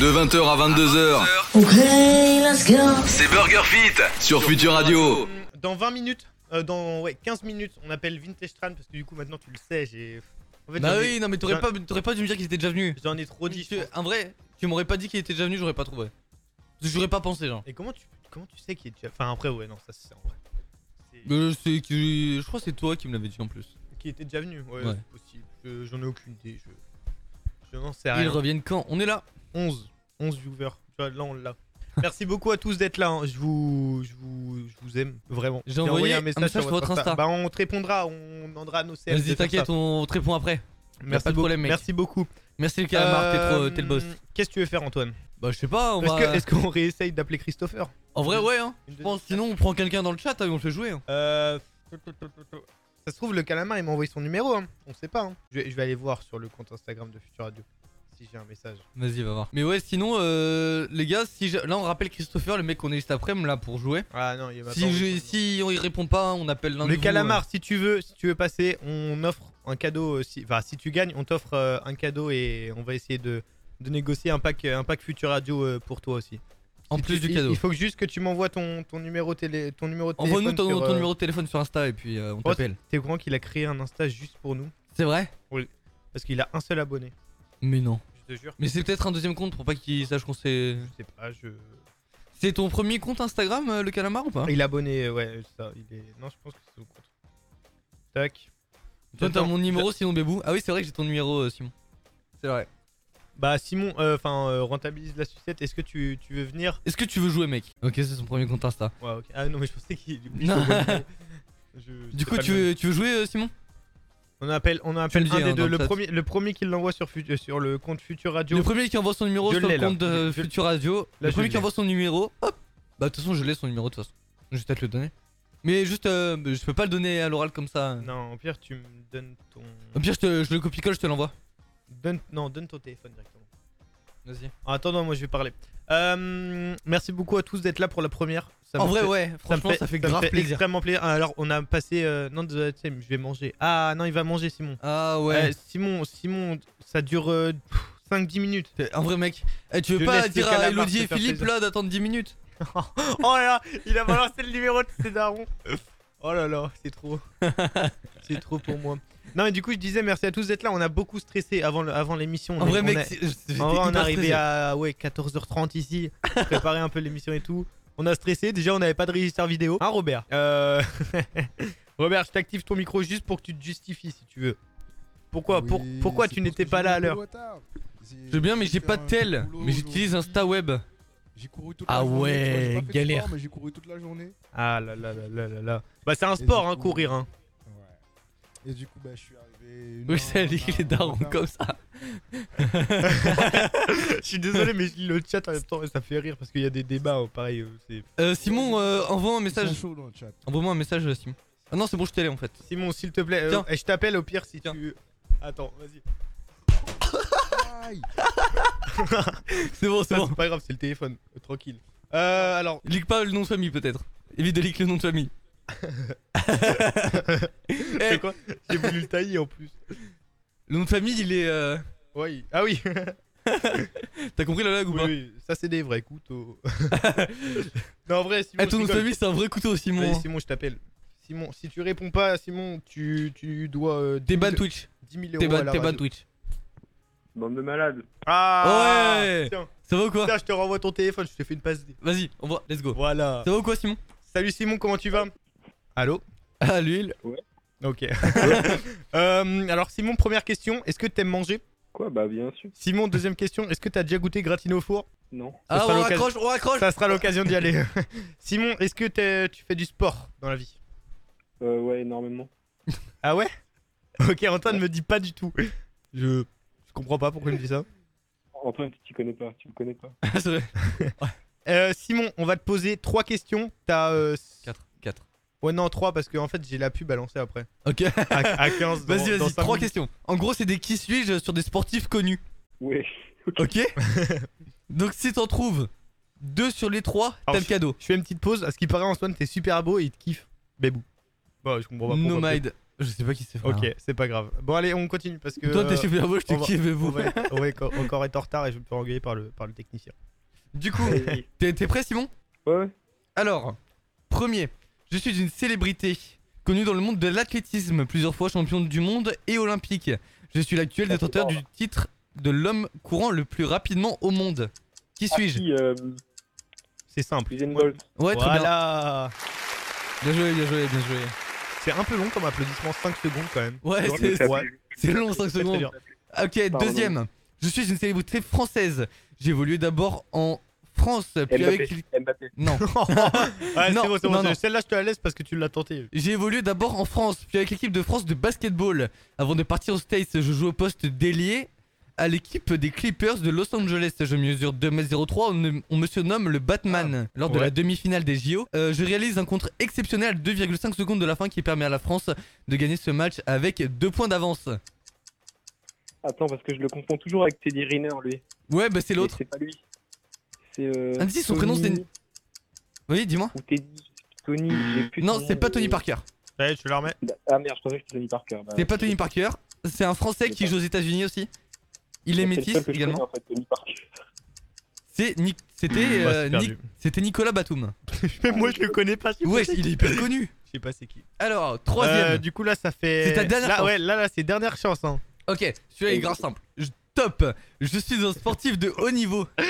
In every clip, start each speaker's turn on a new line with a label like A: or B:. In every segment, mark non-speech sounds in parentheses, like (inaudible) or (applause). A: De 20h à 22h
B: Okay, let's go.
A: C'est Burger Fit sur Future Radio.
C: Dans 20 minutes, euh, dans ouais, 15 minutes, on appelle Vintestran parce que du coup maintenant tu le sais, j'ai. En fait,
D: Bah
C: j'en ai-
D: oui, non mais t'aurais pas, t'aurais pas dû me dire qu'il était déjà venu.
C: J'en ai trop dit. je pense.
D: En vrai, tu m'aurais pas dit qu'il était déjà venu, j'aurais pas trouvé. J'aurais pas pensé, genre.
C: Et comment tu, comment tu sais qu'il est déjà. Enfin, après, ouais, non, ça c'est en vrai. C'est-
D: Euh, c'est que- Je crois que c'est toi qui me l'avais dit en plus.
C: Qui était déjà venu, ouais,
D: Ouais.
C: c'est possible. Je- J'en ai aucune idée. Je, je n'en sais
D: Ils
C: rien.
D: reviennent quand On est là.
C: 11, 11 viewers. Tu vois, là, on l'a. Merci beaucoup à tous d'être là. hein. Je, vous, je, vous, je vous aime vraiment.
D: J'ai envoyé un message sur votre Insta.
C: Bah, on te répondra, on demandera à nos CF. de
D: Vas-y,
C: faire
D: t'inquiète,
C: ça.
D: on te répond après.
C: Merci
D: pas de
C: beaucoup-
D: problème, mec.
C: Merci beaucoup.
D: Merci le calamar, t'es trop-
C: Euh,
D: t'es le boss.
C: Qu'est-ce que tu veux faire, Antoine
D: Bah je sais pas, on
C: Est-ce
D: va.
C: que- est-ce qu'on réessaye d'appeler Christopher
D: En vrai, ouais, hein.
C: Une
D: Je pense,
C: deuxième-
D: sinon on prend quelqu'un dans le chat hein, et on le fait jouer. hein.
C: Euh, Ça se trouve, le calamar, il m'a envoyé son numéro. Hein. On sait pas. hein. Je, vais, je vais aller voir sur le compte Instagram de Future Radio si j'ai un message.
D: Vas-y, va voir. Mais ouais, sinon, euh, les gars, si je- là on rappelle Christopher, le mec qu'on est juste après, là pour jouer.
C: Ah non, il m'a pas
D: Si,
C: envoyé
D: je-
C: son
D: si on y répond pas, on appelle l'un
C: numéro.
D: de
C: Le
D: vous,
C: calamar, si tu veux, si tu veux passer, on offre un cadeau. euh, Si, enfin, si tu gagnes, on t'offre euh, un cadeau et on va essayer de, de négocier un pack, un pack Future Radio euh, pour toi aussi.
D: euh, en
C: Si
D: plus
C: tu-
D: du
C: il-
D: cadeau.
C: Il faut que juste que tu m'envoies ton, ton numéro télé, ton numéro de téléphone.
D: Envoie-nous ton,
C: sur,
D: ton
C: euh,
D: numéro de téléphone sur Insta et puis euh, on
C: Oh,
D: t'appelle.
C: T'es au courant qu'il a créé un Insta juste pour nous
D: C'est vrai
C: parce qu'il a un seul abonné.
D: Mais non.
C: Je te jure.
D: Mais c'est peut-être un deuxième compte pour pas qu'il sache qu'on s'est.
C: Je sais pas, je.
D: C'est ton premier compte Instagram, euh, le calamar ou pas
C: Il est abonné, euh, ouais, ça. Il est. Non, je pense que c'est au compte. Tac.
D: Toi t'as
C: J'attends.
D: mon numéro sinon Bébou. Ah oui, c'est vrai que j'ai ton numéro, euh, Simon. C'est vrai.
C: Bah, Simon, euh, enfin, euh, rentabilise la sucette. Est-ce que tu, tu veux venir
D: Est-ce que tu veux jouer, mec Ok, c'est son premier compte Insta.
C: Ouais, ok. Ah non, mais je pensais qu'il.
D: (laughs) Non.
C: Je- je sais
D: Du coup,
C: pas
D: tu
C: le nom.
D: veux, tu veux jouer, euh, Simon
C: On appelle, on appelle
D: me dis,
C: un
D: hein,
C: des
D: dans
C: deux.
D: le
C: Le
D: chat.
C: premier, le premier qui l'envoie sur, Fut- euh, sur le compte Future Radio.
D: Le premier qui envoie son numéro
C: Je
D: sur
C: l'ai,
D: le
C: là.
D: compte de
C: Je- je-
D: Future Radio.
C: Là,
D: le
C: je
D: premier
C: l'ai.
D: qui envoie son numéro, hop Bah, de toute façon, je l'ai son numéro, de toute façon. Je vais peut-être le donner. Mais juste, euh, je peux pas le donner à l'oral comme ça.
C: Non, au pire, tu me donnes ton.
D: Au pire, je, te- je le copie-colle, je te l'envoie.
C: Donne... Non, donne ton téléphone directement.
D: Vas-y.
C: Ah, Attends, non, moi je vais parler. Euh, merci beaucoup à tous d'être là pour la première. Ça
D: En
C: me
D: vrai,
C: fait-
D: ouais,
C: ça me
D: franchement, ça fait
C: me
D: grave plaisir.
C: Extrêmement plaisir. Ah, Alors, on a passé. euh, non, désolé, tu sais, je vais manger. Ah non, il va manger, Simon.
D: Ah ouais.
C: Euh, Simon, Simon, ça dure euh, 5-10 minutes.
D: (laughs) T'es un vrai mec. Eh, tu veux
C: Je laisse
D: pas
C: le
D: dire à
C: calamar
D: Elodie
C: se
D: et
C: faire
D: Philippe
C: plaisir.
D: là d'attendre 10 minutes
C: oh là là, il a balancé le numéro de ses darons. Oh là là, c'est trop. c'est trop pour moi. Non, mais du coup, je disais merci à tous d'être là. On a beaucoup stressé avant le- avant l'émission.
D: Un
C: On est-
D: vrai
C: on
D: mec,
C: est-
D: c'est- j'étais
C: En vrai, Oh, on est
D: hyper
C: arrivé
D: stressé.
C: à ouais, 14h30 ici, préparer un peu l'émission et tout. On a stressé, déjà on n'avait pas de registre vidéo. Hein Robert Euh, (laughs) Robert, je t'active ton micro juste pour que tu te justifies si tu veux. Pourquoi, pour-
E: Oui,
C: pourquoi
E: c'est
C: tu
E: parce
C: n'étais
E: que
C: pas
E: j'ai
C: là
E: eu
C: à
E: un
C: l'heure
E: boulot tard.
D: Je veux bien, mais j'ai pas de
E: fait un
D: tel.
E: boulot
D: Mais j'utilise
E: aujourd'hui.
D: Insta web.
E: J'ai couru toute
D: Ah
E: la journée, tu vois, j'ai
D: ouais,
E: pas fait de
D: galère.
E: sport, mais j'ai couru toute la journée.
C: Ah là là là là là là. Bah c'est un sport,
E: du
C: hein,
E: coup,
C: courir. Hein.
E: Ouais. Et du coup, bah, je suis arrivé. une
D: Oui,
E: heure
D: ça
E: en
D: dit
E: retard,
D: les darons
E: en retard.
D: comme ça.
C: (laughs) je suis désolé, mais je lis le chat en même temps et ça fait rire parce qu'il y a des débats, hein, pareil. euh, c'est-
D: Euh, Simon, euh, envoie un
E: Ils sont
D: message.
E: chauds dans le chat.
D: Envoie-moi un message, Simon. Ah non, c'est bon, je t'ai en fait.
C: Simon, s'il te plaît, euh,
D: Tiens.
C: et je t'appelle au pire si
D: Tiens.
C: tu. Attends, vas-y.
E: Aïe.
D: (laughs) C'est bon, c'est
C: Ça,
D: bon.
C: C'est pas grave, c'est le téléphone, euh, tranquille. Euh, alors,
D: Ligue pas le nom de famille, peut-être. Évite de ligue le nom de famille.
C: (laughs) c'est quoi eh, J'ai voulu le tailler en plus.
D: Le nom de famille, il est. euh,
C: Oui. Ah oui.
D: T'as compris la blague ou
C: Oui,
D: pas
C: oui, ça c'est des vrais
D: (laughs)
C: couteaux. non, en vrai, Simon,
D: Eh, ton
C: je
D: nom de
C: rigole.
D: famille, c'est un vrai couteau,
C: Vas-y,
D: Simon.
C: Simon, je t'appelle. Simon, si tu réponds pas, Simon, tu, tu dois euh, 10
D: T'es
C: 000
D: ban Twitch.
C: 10 000 euros.
D: T'es
C: à
D: ban
C: la
D: t'es ban
C: radio.
D: Twitch.
F: Bande de malades.
C: Ah
D: Ouais.
C: tiens,
D: Ça va ou quoi
C: tiens, je te renvoie ton téléphone, je te fais une passe D.
D: Vas-y, on voit. Let's go.
C: Voilà.
D: Ça va ou quoi, Simon
C: Salut Simon, comment tu vas Allô
D: Ah, l'huile. (laughs)
C: Ok. (laughs) Euh, alors, Simon, première question est-ce que t'aimes manger
F: Quoi Bah bien sûr.
C: Simon, deuxième question est-ce que t'as déjà goûté gratine au four
F: Non.
C: Ça
D: Ah,
C: sera
D: on
C: l'occasion.
D: raccroche, on raccroche.
C: Ça sera l'occasion d'y aller. (laughs) Simon, est-ce que t'es- tu fais du sport dans la vie
F: Euh, ouais, énormément.
C: Ah ouais Ok, Antoine me dit pas du tout. Je, je comprends pas pourquoi il me dit ça.
F: Antoine, tu t'y connais pas. Tu me connais pas.
D: (laughs) C'est vrai.
C: Euh, Simon, on va te poser trois questions. T'as. Euh... s-
D: 4, 4.
C: Ouais, non, trois parce que en fait j'ai la pub à lancer
D: (laughs)
C: après.
D: Ok,
C: À, à 15. dans-
D: vas-y,
C: dans
D: vas-y,
C: cinq
D: trois
C: minutes.
D: questions. En gros, c'est des qui suis-je sur des sportifs connus.
F: Ouais.
C: (laughs)
D: Ok Donc, si t'en trouves deux sur les trois,
C: Alors,
D: t'as le cadeau.
C: Je fais une petite pause. À ce qui paraît, Antoine, t'es super beau et il te kiffe. Bébou. Bah, je comprends pas pourquoi.
D: Nomade. Je sais pas qui c'est. frère.
C: Ok, c'est pas grave. Bon, allez, on continue parce que.
D: Toi, Ah. t'es chez Fuyabo,
C: Euh,
D: je
C: on
D: te
C: va-
D: kiffe et vous.
C: on
D: (laughs)
C: va être- on va être encore- encore être en retard et je vais me faire engueuler par le, par le technicien.
D: Du coup,
F: Vas-y.
D: t'es t'es prêt, Simon
F: Ouais, ouais.
D: Alors, premier, je suis une célébrité connue dans le monde de l'athlétisme, plusieurs fois champion du monde et olympique. Je suis l'actuel
F: Ah, c'est
D: détenteur
F: fort,
D: du titre de l'homme courant le plus rapidement au monde. Qui
C: Ah,
D: suis-je
F: Qui, euh,
C: C'est simple.
F: Usain Bolt.
D: Ouais, très bien.
C: voilà
D: Bien joué, bien joué, bien joué.
C: C'est un peu long comme applaudissement, 5 secondes quand même.
D: Ouais,
F: Ouais,
D: c'est-
F: mais ça
C: ouais.
F: fait-
D: c'est long 5
C: Très, très
D: secondes.
C: dur.
D: Ok,
F: Pardon.
D: deuxième. Je suis une célébrité française. J'ai évolué d'abord en France, puis
F: Mbappé.
D: avec...
F: Mbappé.
D: Non.
C: Ouais,
D: Non,
C: c'est bon, c'est bon.
D: non,
C: c'est-
D: non.
C: Celle-là, je te la laisse parce que tu l'as tenté.
D: J'ai évolué d'abord en France, puis avec l'équipe de France de basketball. Avant de partir aux States, je joue au poste d'ailier à l'équipe des Clippers de Los Angeles. Je mesure 2m03, on, ne- on me surnomme le
F: Ah,
D: Batman. Lors de
C: Ouais.
D: la demi-finale des JO, euh, je réalise un contre exceptionnel à 2,5 secondes de la fin qui permet à la France de gagner ce match avec deux points d'avance.
F: Attends, parce que je le confonds toujours avec Teddy Riner, lui.
D: Ouais, bah c'est
F: Mais
D: l'autre.
F: C'est pas lui. C'est. Euh,
D: Ah, si, son prénom,
F: Tony
D: c'est- Oui, dis-moi.
F: Ou Teddy. Tony, j'ai plus.
D: Non,
F: son
D: c'est
F: nom,
D: pas
F: mais-
D: Tony Parker.
C: Allez, je la remets.
F: Ah merde, je pensais que c'était Tony Parker. Bah,
D: C'est pas Tony Parker. C'est un Français qui joue aux États-Unis aussi. Il est
F: c'est le
D: métis
F: seul que je
D: également.
F: connais, en fait, Tony Parker.
D: C'est Nick- C'était
C: Bah,
D: euh,
C: c'est
D: Nick-
C: perdu.
D: c'était Nicolas Batum.
C: Même moi, je le connais pas. c'est
D: Ouais,
C: pour ça
D: il
C: que-
D: est hyper connu.
C: Je sais pas c'est qui.
D: Alors,
C: Euh,
D: troisième.
C: du coup, là, ça fait.
D: C'est ta dernière
C: là,
D: chance.
C: Ouais, là, là, c'est dernière chance. Hein.
D: Ok, celui-là est grave simple. Je- Top. Je suis un sportif de haut niveau. Je-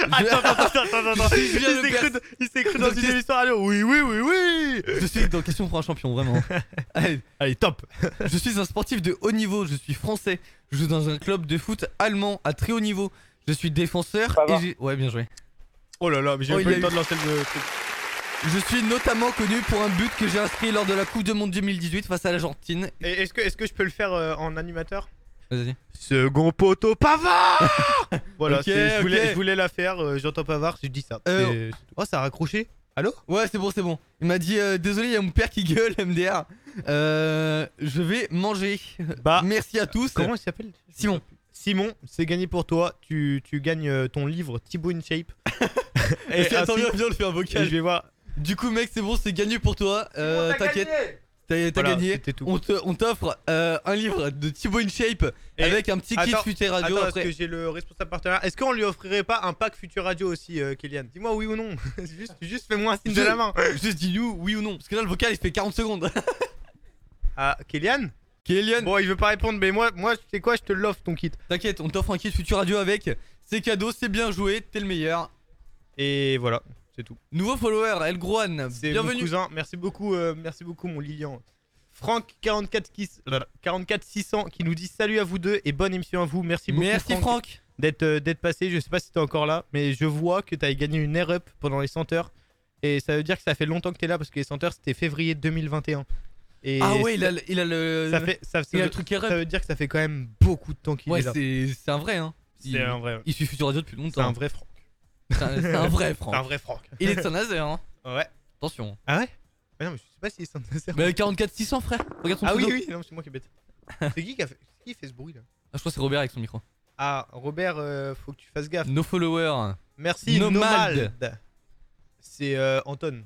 C: (laughs) Attends, (laughs) attends, attends, attends, attends. Il
D: (laughs) Je suis bien le
C: s'est cru,
D: père.
C: il s'est cru dans une émission radio. Oui, oui, oui, oui.
D: Je suis dans question pour un champion,
C: (laughs)
D: vraiment. Allez,
C: Allez, top.
D: je suis un sportif de haut niveau. Je suis français. Je joue dans un club de foot allemand à très haut niveau. Je suis défenseur
F: Ça
D: et
F: va.
D: j'ai- ouais bien joué.
C: Oh là là, mais j'ai
D: Oh,
C: eu
D: il
C: pas
D: a
C: le
D: eu-
C: temps de lancer le truc.
D: Je suis notamment connu pour un but que j'ai inscrit lors de la Coupe du Monde 2018 face à l'Argentine.
C: Et Est-ce que, est-ce que je peux le faire euh, en animateur
D: Vas-y.
C: Second poteau Pavard (laughs) Voilà,
D: Ok,
C: c'est- je, voulais,
D: ok.
C: je voulais la faire, euh, j'entends Pavard, je dis ça.
D: Euh,
C: C'est- Oh, ça a raccroché
D: Ouais, c'est bon, c'est bon. Il m'a dit euh, désolé, il y a mon père qui gueule, MDR. Euh, je vais manger.
C: Bah,
D: Merci à tous.
C: comment il s'appelle
D: Simon.
C: Simon, c'est gagné pour toi. Tu, tu gagnes euh, ton livre Thibaut in
D: (laughs)
C: Shape. et,
D: Est-ce que- attends,
C: ainsi-
D: viens, viens, on lui fait un
C: et je
D: vocal.
C: vais voir.
D: Du coup, mec, c'est bon, c'est gagné pour toi. Euh, T'inquiète, t'as t'as
C: Voilà,
D: gagné.
C: c'était tout.
D: On te- on t'offre euh, un livre de Thibaut InShape
C: Et-
D: avec un petit kit
C: attends,
D: futé radio
C: Attends, est-ce
D: après.
C: que j'ai le responsable partenaire Est-ce qu'on lui offrirait pas un pack Futur Radio aussi, euh, Kylian Dis-moi oui ou non. (laughs) juste juste fais-moi un signe de
D: Je-
C: la main.
D: Juste dis-nous oui ou non. Parce que là, le vocal il fait 40 secondes. (laughs)
C: Ah, Kylian
D: Kélian,
C: Bon, il veut pas répondre, mais moi, moi, c'est quoi Je te l'offre ton kit.
D: t'inquiète, on t'offre un kit futur radio avec. C'est cadeau, c'est bien joué, t'es le meilleur.
C: Et voilà, c'est tout.
D: Nouveau follower, El Groan.
C: C'est mon
D: Ah, Bienvenue.
C: cousin. Merci beaucoup, euh, merci beaucoup, mon Lilian. Franck 44 44 600 qui nous dit salut à vous deux et bonne émission à vous. Merci beaucoup
D: Merci
C: Franck,
D: Franck.
C: d'être euh, d'être passé. Je sais pas si t'es encore là, mais je vois que t'as gagné une air up pendant les 100 heures et ça veut dire que ça fait longtemps que t'es là parce que les 100 heures c'était février 2021. Et
D: Ah ouais, il a, le- il a le.
C: ça fait ça, ça
D: il a
C: veut,
D: le truc qui
C: ça veut dire que ça fait quand même beaucoup de temps qu'il
D: Ouais,
C: est là.
D: c'est c'est un vrai, hein. Il,
C: C'est un vrai,
D: il suit Futur Radio depuis
C: c'est un
D: longtemps.
C: vrai Franck.
D: C'est un, c'est un vrai,
C: C'est un
D: Franck.
C: vrai Franck.
D: Il est de Saint-Nazaire, hein.
C: Ouais.
D: Attention.
C: Ah ouais. Ouais, non, mais je sais pas si c'est sincère.
D: Mais 44-600, frère. Regarde son
C: Ah oui
D: pseudo.
C: oui, non, c'est moi qui est bête. C'est qui qui a fait, qui fait ce bruit là
D: Ah, je crois que c'est Robert avec son micro.
C: Ah, Robert, euh, faut que tu fasses gaffe.
D: Nos followers.
C: Merci,
D: Nomade.
C: Nomade. C'est euh, Anton.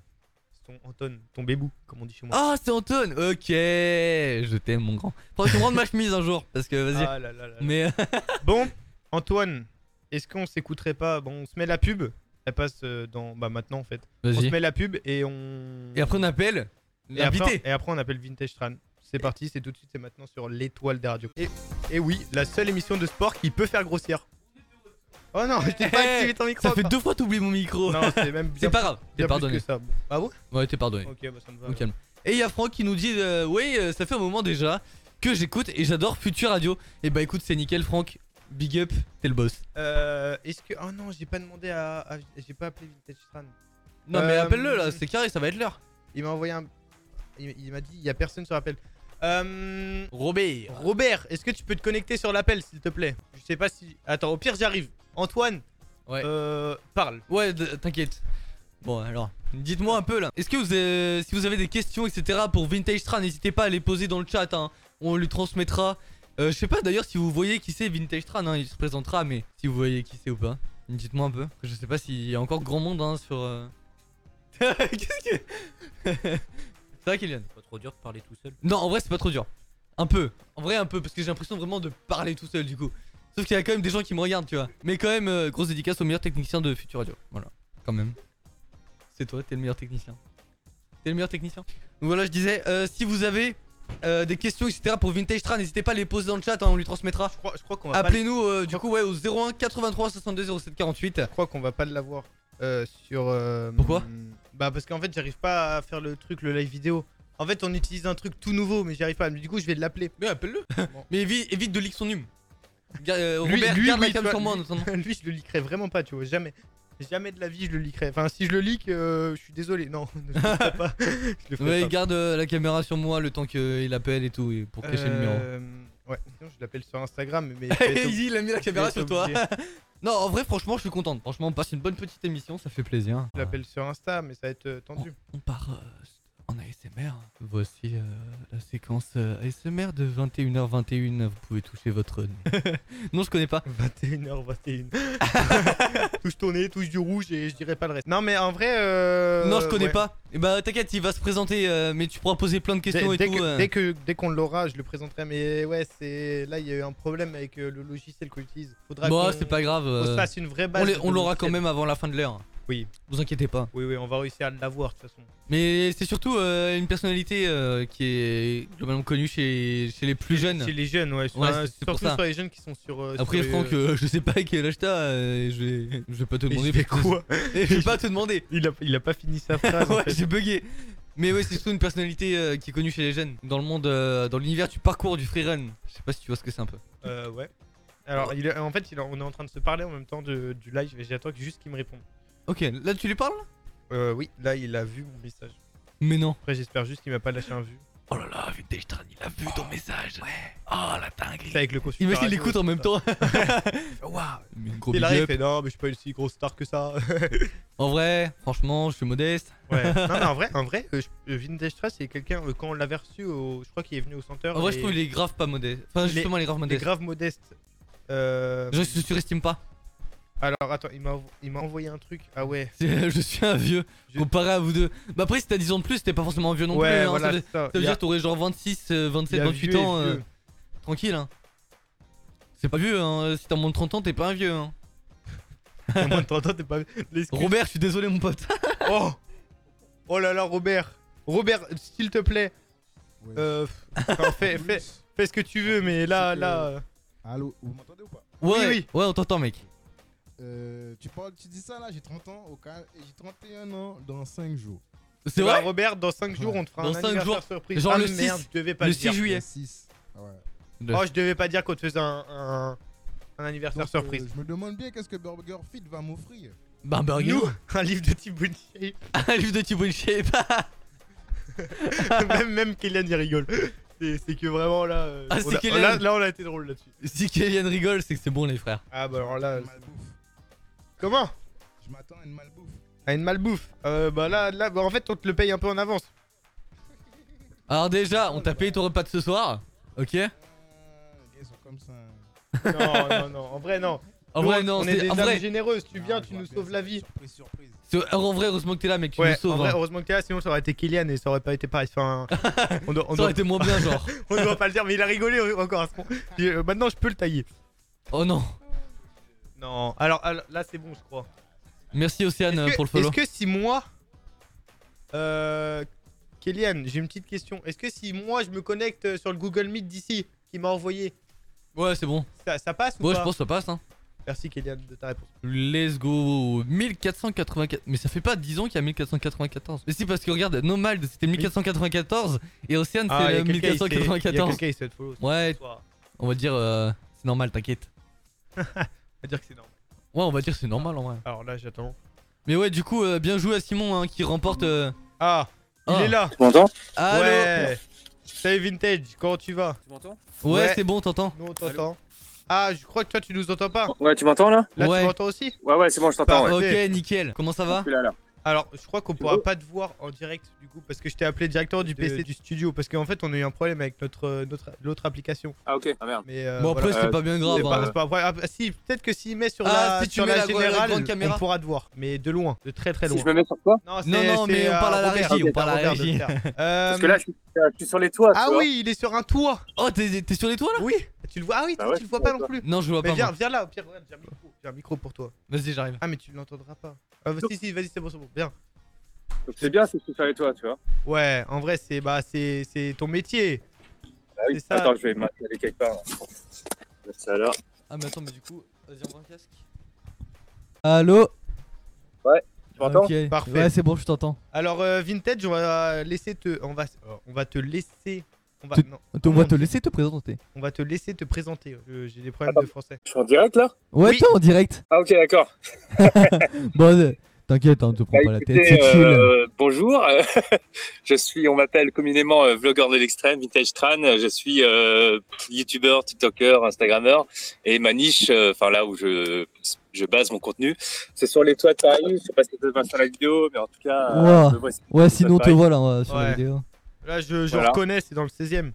C: C'est ton Anton, ton bébou, comme on dit chez moi.
D: Ah, c'est Anton. Ok. Je t'aime, mon grand. Faudrait que tu me rendes ma chemise un jour. Parce que vas-y.
C: Ah là là là là.
D: Mais euh,
C: Bon, Antoine, est-ce qu'on s'écouterait pas Bon, on se met la pub. Elle passe euh, dans. Bah, maintenant en fait. On se
D: vas-y.
C: met la pub et on.
D: Et après, on appelle
C: Et après-
D: l'invité.
C: et après, on appelle Vintage Tran. C'est parti, c'est tout de suite, c'est maintenant sur l'étoile des radios. Et, et oui, la seule émission de sport qui peut faire grossir. Oh non, je t'ai pas
D: Eh,
C: activé ton micro.
D: Ça fait
C: attends.
D: deux fois t'oublies mon micro.
C: Non, c'est même bien,
D: (laughs) C'est pas grave.
C: bien
D: T'es
C: plus que
D: pardonné.
C: ça. Ah bon
D: Ouais, t'es pardonné.
C: Ok, bah ça me va.
D: Au calme. Et il y a Franck qui nous dit euh, Oui, euh, ça fait un moment déjà que j'écoute et j'adore Futur Radio. Et bah écoute, c'est nickel, Franck. Big up, t'es le boss.
C: Euh, est-ce que. Oh non, j'ai pas demandé à. à- j'ai pas appelé Vintage Tran.
D: Non, mais
C: Euh,
D: appelle-le là, c'est carré, ça va être l'heure.
C: Il m'a envoyé un. Il, il m'a dit, il y a personne sur l'appel. Euh,
D: Robert.
C: Robert, est-ce que tu peux te connecter sur l'appel, s'il te plaît Je sais pas si. Attends, au pire, j'arrive. Antoine,
D: Ouais.
C: euh, parle.
D: Ouais, d- t'inquiète. Bon, alors, dites-moi un peu là. Est-ce que vous, euh, si vous avez des questions, etc., pour Vintage Tran, n'hésitez pas à les poser dans le chat. hein. On lui transmettra. Euh, je sais pas d'ailleurs si vous voyez qui c'est Vintage Tran, hein, il se présentera, mais si vous voyez qui c'est ou pas, dites-moi un peu. Je sais pas s'il y a encore grand monde hein, sur. euh. (laughs) Qu'est-ce que. (laughs) c'est vrai, Kylian
G: Pas trop dur de parler tout seul.
D: Non, en vrai, c'est pas trop dur. Un peu. En vrai, un peu, parce que j'ai l'impression vraiment de parler tout seul du coup. Sauf qu'il y a quand même des gens qui me regardent, tu vois. Mais quand même, euh, grosse dédicace au meilleur technicien de Future Radio. Voilà, quand même. C'est toi, t'es le meilleur technicien. T'es le meilleur technicien. Donc voilà, je disais, euh, si vous avez euh, des questions, etc. pour Vintage Tra, n'hésitez pas à les poser dans le chat, hein, on lui transmettra.
C: Je crois, je crois qu'on va, pas le-
D: Appelez-nous euh, du coup ouais au 01 83 62 07 48.
C: je crois qu'on va pas l'avoir euh, sur. euh,
D: Pourquoi
C: Bah parce qu'en fait j'arrive pas à faire le truc le live vidéo. En fait on utilise un truc tout nouveau mais j'arrive pas. Mais du coup je vais l'appeler. (laughs)
D: Mais (laughs) appelle-le.
C: Bon.
D: Mais évite, évite de leak son hume. Ga- euh,
C: Lui-
D: Robert,
C: lui,
D: garde
C: oui,
D: la cam
C: tu
D: sur
C: vois, (laughs)
D: moi en attendant.
C: Lui je le leakerai vraiment pas tu vois jamais. Jamais de la vie je le leakerai. Enfin si je le leak euh, je suis désolé non. (laughs) Je le ferai pas. Je le ferai
D: Ouais,
C: pas.
D: garde euh, la caméra sur moi le temps qu'il appelle et tout et pour cacher le hein. numéro.
C: Euh, Ouais, sinon je l'appelle sur Instagram,
D: (laughs)
C: mais. je vais être obligé.
D: il a mis la
C: caméra
D: caméra
C: sur
D: sur
C: toi.
D: toi. (laughs) non, en vrai, franchement, je suis contente. Franchement, on passe une bonne petite émission, ça fait plaisir.
C: Je l'appelle sur Insta, mais ça va être euh,
D: (laughs)
C: tendu.
D: On part euh, en ASMR. Voici euh, la séquence euh, ASMR de 21h21. Vous pouvez toucher
C: (laughs)
D: votre nez. non, je connais pas.
C: 21h21. touche ton nez, touche du rouge et je dirais pas le reste. Non, mais en vrai. euh,
D: non, je connais
C: ouais.
D: pas. Et bah, t'inquiète, il va se présenter, euh, mais tu pourras poser plein de
C: Dès,
D: questions et
C: dès
D: tout.
C: que-
D: euh.
C: dès que- dès qu'on l'aura, je le présenterai. Mais ouais, c'est là, il y a eu un problème avec euh, le logiciel qu'on utilise. Faudra
D: Bon,
C: qu'on-
D: c'est pas grave.
C: qu'on se
D: euh,
C: fasse une vraie
D: on
C: base.
D: les-
C: de
D: on l'aura
C: logiciel.
D: quand même avant la fin de l'heure.
C: Oui.
D: Vous inquiétez pas.
C: Oui, oui, on va réussir à l'avoir de toute façon.
D: Mais c'est surtout euh, une personnalité euh, qui est globalement connue chez, chez les plus jeunes.
C: C'est les jeunes, ouais. sur-
D: Ouais,
C: euh,
D: c'est- c'est pour
C: surtout
D: ça.
C: sur les jeunes qui sont sur. euh,
D: Après,
C: sur les-
D: Franck, euh, je sais pas quel âge t'as, euh, et je, vais, je vais pas te
C: Mais
D: demander.
C: je vais
D: parce que-
C: quoi
D: Et (laughs) Je vais pas te (laughs) demander.
C: il a, il a pas fini
D: (laughs)
C: sa phrase. en
D: ouais,
C: fait.
D: j'ai bugué. Mais ouais, c'est surtout une personnalité euh, qui est connue chez les jeunes. Dans le monde, euh, dans l'univers du parcours du freerun. Je sais pas si tu vois ce que c'est un peu.
C: Euh, ouais. Alors, il est- en fait, il est- on est en train de se parler en même temps de- du live et j'attends que- juste qu'il me réponde.
D: Ok, là tu lui parles là
C: Euh, oui, là, il a vu mon message.
D: Mais non.
C: Après, j'espère juste qu'il m'a pas lâché un vu.
D: Oh là là, Vintage Tran, il a vu ton message. Ouais. Oh la dingue.
C: C'est avec le costume.
D: Imagine, il
C: radio,
D: l'écoute
C: tout
D: en même
C: ça.
D: temps. (laughs)
C: Waouh.
D: Mais gros
C: Il
D: big
C: arrive, il
D: up.
C: fait non, mais je suis pas une si grosse star que ça.
D: En vrai, franchement, je suis modeste.
C: (laughs) ouais. Non, mais en vrai, en vrai euh, je- euh, Vintage Trace, c'est quelqu'un, euh, quand on l'avait reçu, au- je crois qu'il est venu au centre.
D: En vrai, je trouve qu'il est grave pas modeste. Enfin,
C: Il est-
D: justement, il est grave
C: il est
D: modeste.
C: grave modeste. Euh,
D: Je se surestime pas.
C: Alors, attends, il m'a envo- il m'a envoyé un truc. Ah ouais.
D: C'est- Je suis un vieux
C: Je-
D: comparé à vous deux. Bah après, si t'as 10 ans de plus, t'es pas forcément un vieux non plus.
C: ouais,
D: hein. Ça
C: voilà,
D: veut-
C: c'est ça.
D: Ça veut
C: Il y a- (laughs)
D: dire t'aurais genre 26, euh,
C: il y
D: 27,
C: a
D: 28
C: vieux et
D: ans. euh,
C: vieux.
D: tranquille. Hein. C'est pas vieux. Hein. Si t'as moins de 30 ans, t'es pas un vieux. Hein.
C: Il y a moins de 30 ans, t'es pas. L'excuse-
D: Robert, je suis désolé, mon pote.
C: Oh Oh là là, Robert Robert, s'il te plaît,
E: Ouais.
C: euh, enfin, fais, fais- fais ce que tu veux, mais là, là...
E: Allô, vous m'entendez ou pas
C: (laughs)
D: Ouais,
C: oui.
D: ouais, on t'entend, mec.
E: Euh, tu, parles, tu dis ça là, j'ai 30 ans, au cas, et j'ai 31 ans dans 5 jours.
D: C'est
C: Bah,
D: vrai
C: Robert, dans 5 jours, on te fera
D: Dans
C: un
D: cinq
C: anniversaire
D: jours.
C: surprise.
D: Genre
C: Ah,
D: le
C: merde,
D: six-
C: je devais pas
D: Le
C: te dire.
D: 6 juillet.
E: 6. Ouais.
C: Oh, je devais pas dire qu'on te faisait un, un, un anniversaire
E: Donc,
C: surprise.
E: euh, je me demande bien qu'est-ce que Burger Fit va m'offrir.
D: Bah, burger. (laughs)
C: Nous, (laughs) un livre de Thibaut Shape.
D: un livre Ah, de Thibaut Shape.
C: (laughs) même, même Kélian, il rigole. C'est c'est que vraiment, là... euh,
D: Ah,
C: on
D: c'est
C: a-
D: Kélian.
C: là, là, on a été drôle, là-dessus.
D: si Kélian rigole, c'est que c'est bon, les frères.
C: Ah, bah alors là...
E: Une malbouffe.
C: Comment
E: Je m'attends à une malbouffe.
C: À une malbouffe. Euh, bah là, là bah, en fait, on te le paye un peu en avance. (laughs)
D: Alors, déjà, on t'a payé ton repas de ce soir. Ok
E: Ah, les gars, ils sont comme ça.
C: non, non, non. En vrai, non.
D: En
C: Nous,
D: vrai,
C: on-
D: non,
C: on est
D: c'est-
C: des
D: en
C: âmes
D: vrai,
C: généreuses. Tu
E: Ah,
C: viens,
E: je
C: tu
E: vois
C: nous
E: bien,
C: sauves
E: ça,
C: la vie.
E: Surprise, surprise.
D: c'est- en vrai, heureusement que t'es là, mec. Tu
C: Ouais,
D: nous sauves.
C: en vrai,
D: hein.
C: heureusement que t'es là, sinon ça aurait été Kylian et ça aurait pas été pareil. Enfin,
D: (laughs)
C: on doit, on
D: Ça
C: doit,
D: aurait été moins bien, genre.
C: on doit pas le dire, mais il a rigolé encore à ce moment. Et, euh, Maintenant, je peux le tailler.
D: Oh non.
C: Non, alors, alors, là, c'est bon, je crois.
D: Merci Océane euh,
C: Est-ce que,
D: pour le follow.
C: est-ce que si moi. Euh. Kylian, j'ai une petite question. Est-ce que si moi je me connecte sur le Google Meet d'ici, qui m'a envoyé,
D: Ouais, c'est bon.
C: ça, ça passe ou
D: Ouais, je
C: pas
D: pense que ça passe. Hein.
C: Merci Kylian de ta réponse.
D: Let's go. 1484. Mais ça fait pas 10 ans qu'il y a 1494. Mais si, parce que regarde, Nomad c'était 1494 et Océane
C: Ah,
D: c'est
C: il y
D: le
C: a quelqu'un, il s'est- Il y a
D: 1494.
C: quelqu'un qui s'est follow.
D: Ouais,
C: ce soir.
D: on va dire. euh, c'est normal, t'inquiète.
C: On va dire que c'est normal.
D: Ouais, on va dire c'est normal en vrai.
C: Alors là, j'attends.
D: Mais ouais, du coup, euh, bien joué à Simon hein, qui remporte. euh,
C: Ah,
D: ah.
C: il est là.
F: Tu m'entends
D: Allô
C: Ouais. Salut Vintage, comment tu vas
G: Tu m'entends
D: Ouais,
C: Ouais.
D: c'est bon, t'entends.
C: Nous on t'entend. Ah, je crois que toi tu nous entends pas.
G: Ouais, tu m'entends là
C: Là
D: Ouais.
C: tu m'entends aussi
G: Ouais, ouais, c'est bon, je t'entends. Ouais.
D: Ok,
C: Ah, Ouais.
D: nickel. Comment ça va
G: Je suis là, là.
C: Alors, je crois qu'on pourra pas te voir en direct du coup parce que je t'ai appelé directement du PC du studio parce qu'en fait, on a eu un problème avec notre euh, notre l'autre application.
G: Ah, ok. Ah, merde.
C: Mais euh,
D: Bon, après,
C: voilà.
D: c'était pas bien grave.
C: C'est pas-
D: hein.
C: c'est pas un problème. Ah, si, peut-être que s'il met sur
D: Ah,
C: la,
D: si tu
C: sur
D: mets
C: la
D: la gro- la
C: générale,
D: grande caméra.
C: on pourra te voir, mais de loin, de très très
G: Si
C: loin.
G: je me mets sur toi
D: Non,
C: c'est-
D: non, mais
C: c'est,
D: on
C: euh,
D: parle à la
C: Robert,
D: régie, on
C: c'est à
D: parle à la
C: Robert de le
D: régie.
C: faire.
G: Parce
C: Euh,
G: que là, je suis, je suis sur les toits. tu
C: Ah
G: vois.
C: oui, il est sur un toit.
D: Oh, t'es t'es sur les toits là
C: Oui, tu le vois. Ah oui,
G: Bah
C: tu-
G: ouais,
C: tu le vois
G: je
C: pas
G: vois
C: non plus.
D: Non, je le vois
C: Mais
D: Oh, pas.
C: viens,
D: moi.
C: viens là, au pire, regarde, j'ai un micro, j'ai un micro pour toi.
D: Vas-y, j'arrive.
C: Ah mais tu ne l'entendras pas. Ah, bah, si si, vas-y, c'est bon, c'est bon. Bien.
G: Donc, C'est bien si je suis sur les toits, tu vois.
C: Ouais, en vrai, c'est bah c'est c'est ton métier.
G: Ah oui.
C: C'est ça.
G: Attends, je vais m'installer quelque part. Ça alors.
D: Ah, mais attends, mais du coup, vas-y, envoie un casque. Allô
G: Tu m'entends
D: Ah, Ok.
C: Parfait.
D: Ouais, c'est bon, je t'entends.
C: Alors euh, Vintage, on va laisser te on va euh, on va te laisser on va
D: Tu-
C: non,
D: On va te laisser te présenter.
C: on va te laisser te présenter. Euh, J'ai des
G: Ah,
C: problèmes de français.
G: Je suis en direct là
D: Ouais,
C: Oui.
D: toi en direct.
G: Ah, ok, d'accord.
D: Bon, euh, t'inquiète, hein, te prends
G: Bah,
D: pas la tête,
G: écoutez,
D: c'est chill.
G: euh, bonjour. (laughs) je suis, on m'appelle communément euh, vlogueur de l'extrême, Vintage Tran. Je suis euh, youtubeur, tiktoker, instagrammeur. Et ma niche, euh, enfin là où je, je base mon contenu, c'est sur les toits de Paris. Je sais pas si vous sur la vidéo, mais en tout cas, euh,
D: Ouah.
G: me voici.
D: Ouais, sinon, on te
G: pareil.
D: voit là euh, sur
C: Ouais.
D: la vidéo.
C: Là, je, je
G: Voilà.
C: reconnais, c'est dans le 16ème.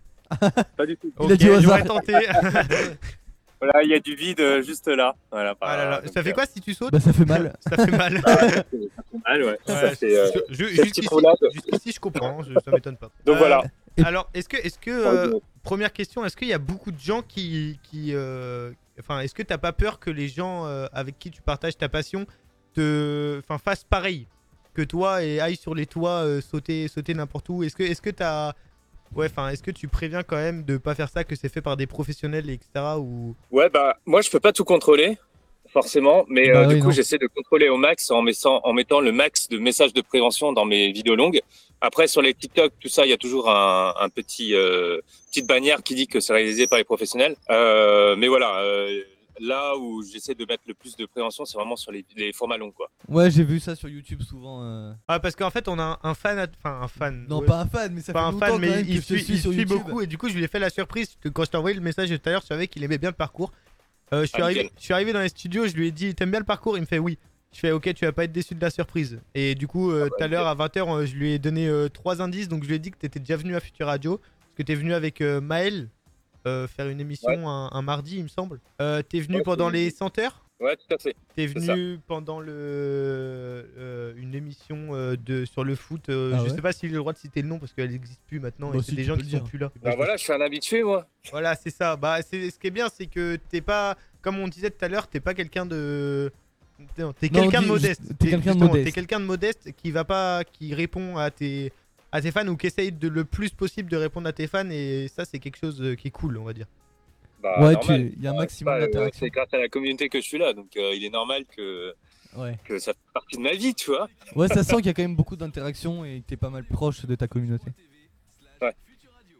G: pas du tout.
D: Il a
C: OK,
D: dit au
C: j'aurais
D: hasard.
G: (laughs)
C: tenté.
G: Voilà, il y a du vide euh, juste là. Voilà. par
C: Ah là là,
G: donc,
C: Ça fait
G: euh,
C: quoi si tu sautes
D: Bah, ça fait (laughs) mal.
C: Ça fait mal.
G: Ah (laughs) ouais, ça
C: (laughs) Ouais,
G: fait. euh,
C: je- je-
G: petite
C: Jusqu'ici,
G: roulade.
C: jusqu'ici, je comprends, je- ça m'étonne pas.
G: Donc
C: Euh,
G: voilà.
D: Et-
C: Alors, est-ce que, est-ce que, euh, première question, est-ce qu'il y a beaucoup de gens qui, qui, euh, enfin, est-ce que t'as pas peur que les gens euh, avec qui tu partages ta passion te, enfin, fassent pareil que toi et aillent sur les toits euh, sauter, sauter n'importe où. Est-ce que, est-ce que t'as, ouais, enfin, est-ce que tu préviens quand même de pas faire ça, que c'est fait par des professionnels, etc. Ou
G: Ouais, bah, moi, je peux pas tout contrôler, forcément, mais
D: Bah
G: euh,
D: oui,
G: du coup,
D: non.
G: j'essaie de contrôler au max en, mettant- en mettant le max de messages de prévention dans mes vidéos longues. Après, sur les TikTok, tout ça, il y a toujours un, un petit, euh, petite bannière qui dit que c'est réalisé par les professionnels. Euh, mais voilà, euh, là où j'essaie de mettre le plus de prévention, c'est vraiment sur les, les formats longs, quoi.
D: Ouais, j'ai vu ça sur YouTube souvent. euh.
C: ah, parce qu'en fait, on a un, un fan, à- enfin, un fan.
D: Non,
C: ouais,
D: pas un fan, mais ça
C: pas
D: fait
C: un
D: longtemps
C: fan,
D: quand
C: mais
D: même que
C: il
D: je te
C: suit,
D: suis
C: il
D: sur
C: suit
D: YouTube.
C: beaucoup. Et du coup, je lui ai fait la surprise que quand je t'ai envoyé le message tout à l'heure, je savais qu'il aimait bien le parcours. Euh, je, suis
G: Ah,
C: arrivé,
G: nickel.
C: je suis arrivé dans les studios, je lui ai dit T'aimes bien le parcours Il me fait Oui. Je fais Ok, tu vas pas être déçu de la surprise. Et du coup,
G: Ah,
C: euh, tout
G: bah,
C: à l'heure, à 20h, je lui ai donné euh, trois indices. Donc, je lui ai dit que t'étais déjà venu à Future Radio. Parce que t'es venu avec euh, Maël euh, faire une émission
G: Ouais.
C: un, un mardi, il me semble. Euh, t'es venu
G: Ouais,
C: pendant
G: c'est-
C: les 100 heures
G: Ouais, tout à fait.
C: T'es
G: C'est ça.
C: venu pendant le euh, une émission euh, de sur le foot. euh,
D: Ah
C: je
D: ouais
C: sais pas s'il a le droit de citer le nom parce qu'elle n'existe plus maintenant
D: Bah
C: et
D: si,
C: c'est des
D: tu
C: gens
D: peux
C: qui
D: le
C: sont
D: dire.
C: plus là.
G: Bah voilà, je suis un habitué, moi.
C: Voilà, c'est ça. Bah c'est ce qui est bien, c'est que t'es pas comme on disait tout à l'heure, t'es pas quelqu'un de non, t'es
D: Non,
C: quelqu'un de
D: dis-
C: modeste.
D: juste- t'es quelqu'un de
C: justement,
D: modeste.
C: T'es quelqu'un de modeste qui va pas, qui répond à tes à tes fans ou qui essaye de le plus possible de répondre à tes fans et ça c'est quelque chose euh, qui est cool, on va dire.
G: Bah,
D: Ah, Ouais,
G: normal.
D: tu- il y a un
G: Ouais,
D: maximum
G: c'est pas, euh,
D: d'interactions.
G: C'est grâce à la communauté que je suis là, donc euh, il est normal que,
D: Ouais.
G: que ça fait partie de ma vie, tu vois.
D: Ouais, ça sent qu'il y a quand même beaucoup d'interactions et que t'es pas mal proche de ta communauté.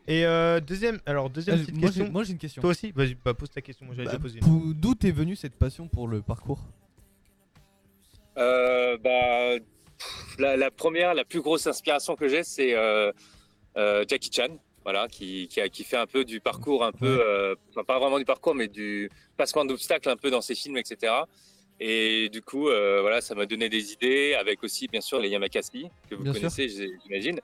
C: Et euh, deuxième, alors deuxième
D: Euh,
C: petite
D: Moi, j'ai
C: question.
D: moi, j'ai une question.
C: Toi aussi, vas-y, bah, pose ta question. Moi j'avais
D: Bah,
C: déjà posé une.
D: pou- D'où t'es venue cette passion pour le parcours
G: Euh, bah, pff, la, la première, la plus grosse inspiration que j'ai, c'est euh, euh, Jackie Chan, voilà, qui, qui, a- qui fait un peu du parcours, un peu, euh, enfin, pas vraiment du parcours, mais du passement d'obstacles un peu dans ses films, etc. Et du coup, euh, voilà, ça m'a donné des idées, avec aussi, bien sûr, les Yamakasi, que vous
D: Bien sûr.
G: connaissez, j'ai- j'imagine.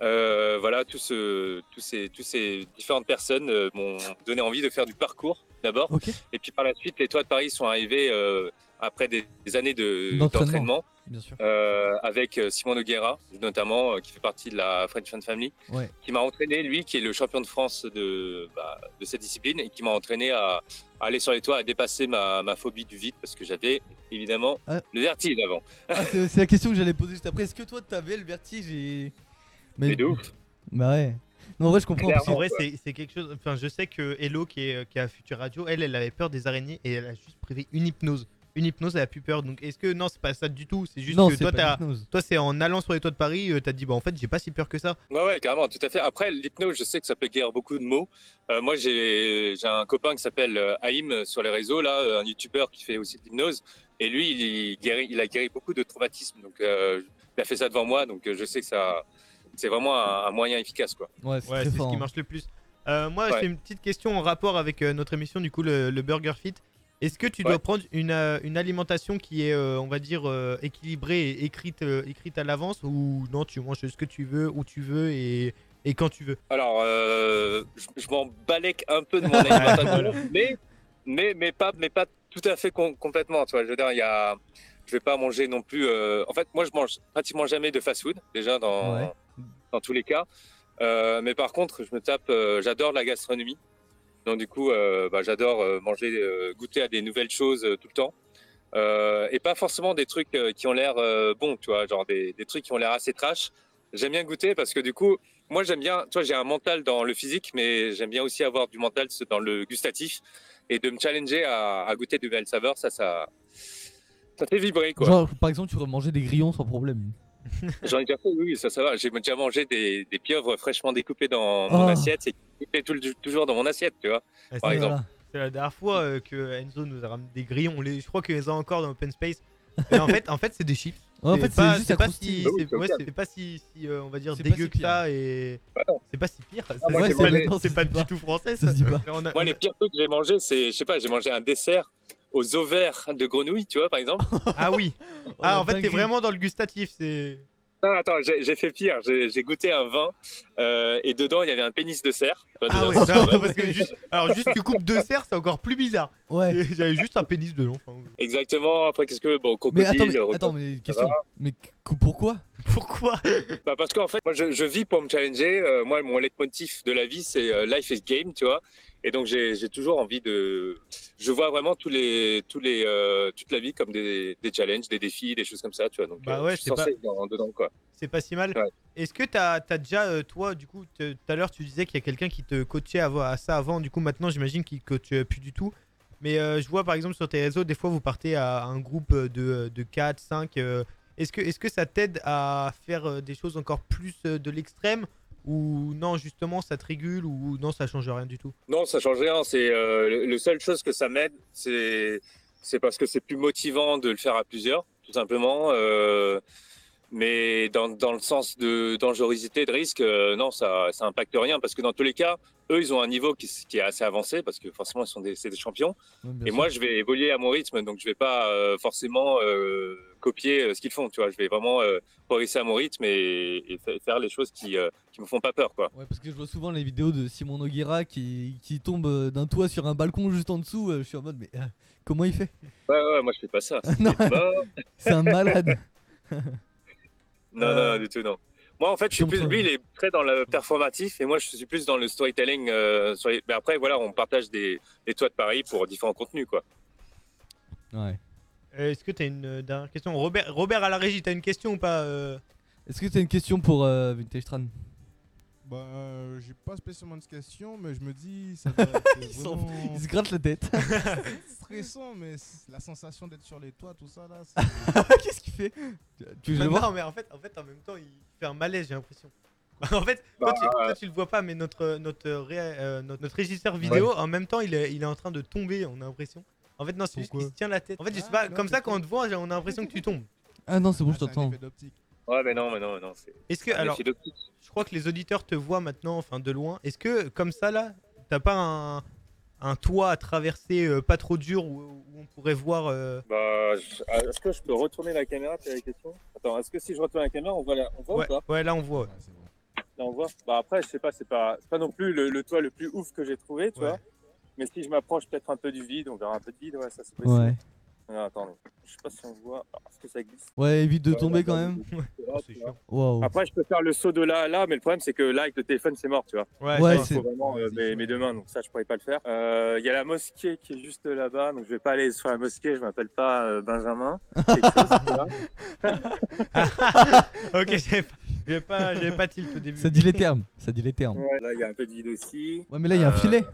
G: Euh, voilà, tous ce, tous ces, tous ces différentes personnes euh, m'ont donné envie de faire du parcours d'abord.
D: Ok.
G: Et puis par la suite, les toits de Paris sont arrivés euh, après des, des années de-
D: D'entraînement.
G: d'entraînement
D: Bien sûr.
G: euh, avec euh, Simon Noguera, notamment, euh, qui fait partie de la French Fan Family,
D: Ouais.
G: qui m'a entraîné, lui, qui est le champion de France de, bah, de cette discipline, et qui m'a entraîné à, à aller sur les toits, à dépasser ma, ma phobie du vide, parce que j'avais évidemment
D: Ah.
G: le vertige avant.
D: Ah, c'est c'est la question que j'allais poser juste après. Est-ce que toi t'avais le vertige et.
G: Mais de ouf.
D: Bah ouais. Non, en vrai, je comprends. parce que-
C: Ah, En vrai, c'est c'est quelque chose. Enfin, je sais que Hello, qui est, qui est à Future Radio, elle, elle avait peur des araignées et elle a juste prévu une hypnose. Une hypnose, elle a plus peur. Donc, est-ce que non, c'est pas ça du tout C'est juste
D: non,
C: que
D: c'est
C: toi,
D: pas
C: t'as.
D: l'hypnose.
C: Toi, c'est en allant sur les toits de Paris, euh, t'as dit, bah en fait, j'ai pas si peur que ça.
G: Ouais, ouais, carrément, tout à fait. Après, l'hypnose, je sais que ça peut guérir beaucoup de maux. Euh, moi, j'ai j'ai un copain qui s'appelle euh, Haïm euh, sur les réseaux, là, euh, un youtubeur qui fait aussi de l'hypnose. Et lui, il, y guérit, il a guéri beaucoup de traumatismes. Donc, euh, il a fait ça devant moi. Donc, euh, je sais que ça, c'est vraiment un, un moyen efficace, quoi.
D: Ouais, c'est
C: Ouais,
D: très
C: c'est ce
D: fort.
C: qui
D: hein.
C: marche le plus. Euh, moi,
G: Ouais.
C: j'ai une petite question en rapport avec euh, notre émission, du coup, le, le Burger Fit. Est-ce que tu
G: Ouais.
C: dois prendre une, euh, une alimentation qui est, euh, on va dire, euh, équilibrée et écrite, euh, écrite à l'avance ou non, tu manges ce que tu veux, où tu veux et, et quand tu veux
G: Alors, euh, je, je m'en balèque un peu de mon alimentation, mais, mais, mais, pas, mais pas tout à fait com- complètement. Tu vois, je veux dire, il y a, je vais pas manger non plus. euh, en fait, moi, je mange pratiquement jamais de fast-food, déjà dans,
D: Ouais.
G: dans tous les cas. Euh, mais par contre, je me tape, euh, j'adore la gastronomie. Donc, du coup, euh, bah, j'adore euh, manger, euh, goûter à des nouvelles choses euh, tout le temps. Euh, et pas forcément des trucs euh, qui ont l'air euh, bons, tu vois, genre des, des trucs qui ont l'air assez trash. J'aime bien goûter parce que du coup, moi j'aime bien, toi j'ai un mental dans le physique, mais j'aime bien aussi avoir du mental ce- dans le gustatif et de me challenger à, à goûter de nouvelles saveurs, ça, ça, ça fait vibrer quoi.
D: Genre, par exemple, tu pourrais manger des grillons sans problème.
G: J'en ai déjà fait, oui, ça, ça va. J'ai déjà mangé des, des pieuvres fraîchement découpées dans mon
D: Oh.
G: assiette et coupées tout le- toujours dans mon assiette, tu vois.
C: Ah,
G: Par
C: c'est-
G: exemple.
C: C'est la dernière fois euh, que Enzo nous a ramené des grillons. On les- je crois qu'ils en ont encore dans Open Space. Mais en fait, en fait c'est des chips.
D: Ouais, en fait, c'est
C: pas-
D: juste la
C: pas si,
D: croustille.
G: Ah oui,
C: c'est-
G: c'est
C: ouais,
G: ok.
C: c'est pas si, si, euh, on va dire
D: C'est pas
C: dégueu
D: si
C: que ça et
G: Bah non. Ah,
C: c'est pas si pire. Ça,
G: moi,
C: c'est
G: j'ai
C: pas,
G: mangé-
C: c'est pas
D: ça se dit
C: du tout français.
D: Ça
C: Ça,
D: se dit pas.
C: On a-
G: Moi, les pires trucs que j'ai mangé, c'est, je sais pas, j'ai mangé un dessert aux ovaires de grenouille, tu vois, par exemple.
C: (laughs)
G: (laughs)
C: Ah oui. Ah, en fait, t'es
D: Dinguerie.
C: vraiment dans le gustatif. C'est.
G: Non, attends, j'ai, j'ai fait pire. J'ai, j'ai goûté un vin euh, et dedans il y avait un pénis de Bah, cerf. Tu vois,
C: Ah
G: (laughs) déjà,
C: ouais,
G: c'est
C: non,
G: pas mal.
C: parce que juste, alors juste tu coupes deux cerfs, c'est encore plus bizarre.
D: Ouais.
C: Et J'avais juste un pénis de long. enfin,
G: Exactement. Après, qu'est-ce que bon,
D: Mais
G: crocodile, euh,
D: attends, mais,
G: requin.
D: attends, mais question. Mais qu- pourquoi
C: pourquoi
G: Bah, parce qu'en fait, moi, je, je vis pour me challenger. Euh, moi, mon leitmotiv de la vie, c'est euh, life is game, tu vois. Et donc, j'ai, j'ai toujours envie de. Je vois vraiment tous les, tous les, euh, toute la vie comme des, des challenges, des défis, des choses comme ça, tu vois. Donc,
C: Bah
G: euh,
C: ouais,
G: je suis
C: c'est pas-
G: censé être dans- dedans, quoi.
C: C'est pas si mal.
G: Ouais.
C: Est-ce que t'as as déjà, euh, toi, du coup, te- tout à l'heure, tu disais qu'il y a quelqu'un qui te coachait avant- à, ça avant. Du coup, maintenant, j'imagine qu'il coach euh, plus du tout. Mais euh, je vois, par exemple, sur tes réseaux, des fois, vous partez à un groupe euh, de, euh, de 4, 5. euh, Est-ce que, est que ça t'aide à faire euh, des choses encore plus euh, de l'extrême Ou non, justement, ça te régule Ou non, ça change rien du tout
G: Non, ça change rien. C'est euh, le- le seule chose que ça m'aide, c'est c'est parce que c'est plus motivant de le faire à plusieurs, tout simplement. Euh, mais dans, dans le sens de dangerosité, de risque, euh, non, ça ça impacte rien parce que dans tous les cas, eux, ils ont un niveau qui, s- qui est assez avancé parce que forcément, ils sont des, c'est des champions.
D: Ouais, bien
G: Et
D: sûr.
G: moi, je vais évoluer à mon rythme, donc je vais pas euh, forcément euh, copier euh, ce qu'ils font. Tu vois, je vais vraiment euh, progresser à mon rythme et, et fa- faire les choses qui euh, qui me font pas peur, quoi.
D: Ouais, parce que je vois souvent les vidéos de Simon Noguera qui, qui tombe euh, d'un toit sur un balcon juste en dessous. euh, Je suis en mode, mais euh, comment il fait (laughs)
G: Ouais, ouais, moi, je fais pas (laughs) ça. C'est
D: Non.
G: pas-
D: C'est un malade.
G: Non,
C: Euh,
G: non, non, du tout, non. Moi, en fait, je suis
D: donc,
G: plus.
D: euh,
G: Lui, il est très dans le performatif et moi, je suis plus dans le storytelling. euh, sur les- Mais après, voilà, on partage des, des toits de Paris pour différents contenus, quoi.
D: Ouais.
C: Euh, Est-ce que t'as une euh, dernière question Robert, Robert à la régie, t'as une question ou pas euh
D: Est-ce que t'as une question pour euh, Vintage Tran
E: Bah, euh, j'ai pas spécialement de question, mais je me dis, (laughs) ça doit être
D: il, s'en-
E: vraiment
D: il se gratte la tête.
E: stressant, mais c'est- la sensation d'être sur les toits, tout ça là. (laughs) c'est-
D: Qu'est-ce qu'il fait Tu veux que je le
C: Bah non,
D: vois
C: mais en fait, en fait, en même temps, il fait un malaise, j'ai l'impression. (laughs) en fait, toi, tu, toi, tu le vois pas, mais notre, notre, ré- euh, notre, notre régisseur vidéo, en même temps, il est, il est en train de tomber, on a l'impression. En fait, non, c'est juste qu'il se
E: Pourquoi
C: tient la tête. En fait, je sais
E: Ah,
C: pas,
E: non,
C: comme
E: c'est
C: ça, quand
E: cool.
C: on te voit, on a l'impression que tu tombes.
D: Ah non, c'est bon,
E: Ah,
D: je
E: c'est un
D: t'entends.
E: effet d'optique.
G: Ouais, mais non, mais non, Ah, mais non. C'est
C: Est-ce que,
G: un
C: alors,
G: effet d'optique.
C: je crois que les auditeurs te voient maintenant, enfin, de loin. Est-ce que, comme ça, là, t'as pas un, un toit à traverser euh, pas trop dur où, où on pourrait voir. euh,
G: Bah, je- ah, est-ce que je peux retourner la caméra t'as la question Attends, est-ce que si je retourne la caméra, on voit, la... on voit
C: Ouais,
G: ou pas
C: ouais, là, on voit. ouais.
E: Ouais, c'est bon.
G: Là, on voit. Bah, après, je sais pas, c'est pas, c'est pas non plus le, le toit le plus ouf que j'ai trouvé, tu
C: Ouais.
G: vois. Mais si je m'approche peut-être un peu du vide, on verra un peu de vide, ouais, ça c'est possible.
D: Ouais.
G: Non, attends, je sais pas si on voit. Ah, Est-ce que ça glisse
D: Ouais, évite de tomber quand même.
G: Là,
C: Oh, c'est
G: tu vois.
C: chiant.
D: Waouh.
G: Après, je peux faire le saut de là à là, mais le problème, c'est que là, avec le téléphone, c'est mort, tu vois.
C: Ouais,
D: Ouais,
C: ça va.
D: c'est-
G: Faut vraiment euh, mes, mes deux mains, donc ça, je pourrais pas le faire. Euh, Il y a la mosquée qui est juste là-bas, donc je vais pas aller sur la mosquée, je m'appelle pas euh, Benjamin. quelque chose, tu vois.
C: Ok, (laughs) j'avais pas- j'avais pas, j'avais pas tilt au début.
D: Ça dit les termes. Ça dit les termes.
G: Ouais, là, il y a un peu de vide aussi.
D: Ouais, mais là, il y a un
G: Euh,
D: filet.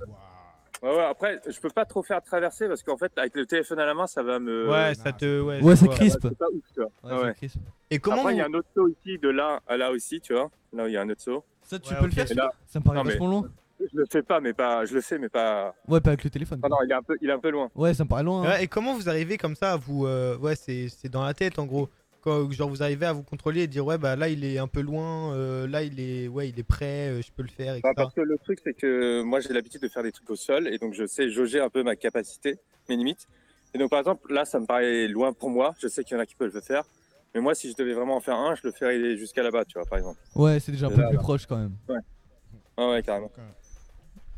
G: Ouais, ouais, après, je peux pas trop faire traverser parce qu'en fait, avec le téléphone à la main, ça va me.
C: Ouais, ça te. Ouais,
D: Ouais,
C: je
D: ça
C: vois.
D: crispe.
G: C'est pas ouf, tu vois.
D: Ouais, c'est
G: ouais.
D: crisp.
C: Et comment
G: après, il y a
C: vous-
G: un autre saut ici, de là à là aussi, tu vois. Là, il y a un autre saut.
D: Ça, tu
C: Ouais,
D: peux
C: ok.
D: le faire
G: Et là,
D: Ça me paraît
G: Non, mais-
D: vachement long.
G: je le fais pas, mais pas. Je le fais, mais pas.
D: Ouais, pas avec le téléphone.
G: Non,
D: quoi.
G: non, il est un peu, il est un peu loin.
D: Ouais, ça me paraît loin. hein.
C: Ouais, et comment vous arrivez comme ça à vous euh, Ouais, c'est c'est dans la tête en gros. quand, genre vous arrivez à vous contrôler et dire ouais bah là il est un peu loin, euh, là il est ouais il est prêt, euh, je peux le faire, etc.
G: Bah, parce que le truc, c'est que euh, moi, j'ai l'habitude de faire des trucs au sol et donc je sais jauger un peu ma capacité, mes limites. Et donc, par exemple, là, ça me paraît loin pour moi. Je sais qu'il y en a qui peuvent le faire. Mais moi, si je devais vraiment en faire un, je le ferais jusqu'à là-bas, tu vois, par exemple.
D: Ouais, c'est déjà un
G: Et
D: peu
G: là,
D: plus
G: là.
D: proche quand même.
G: Ouais, ouais,
E: Bah
G: carrément.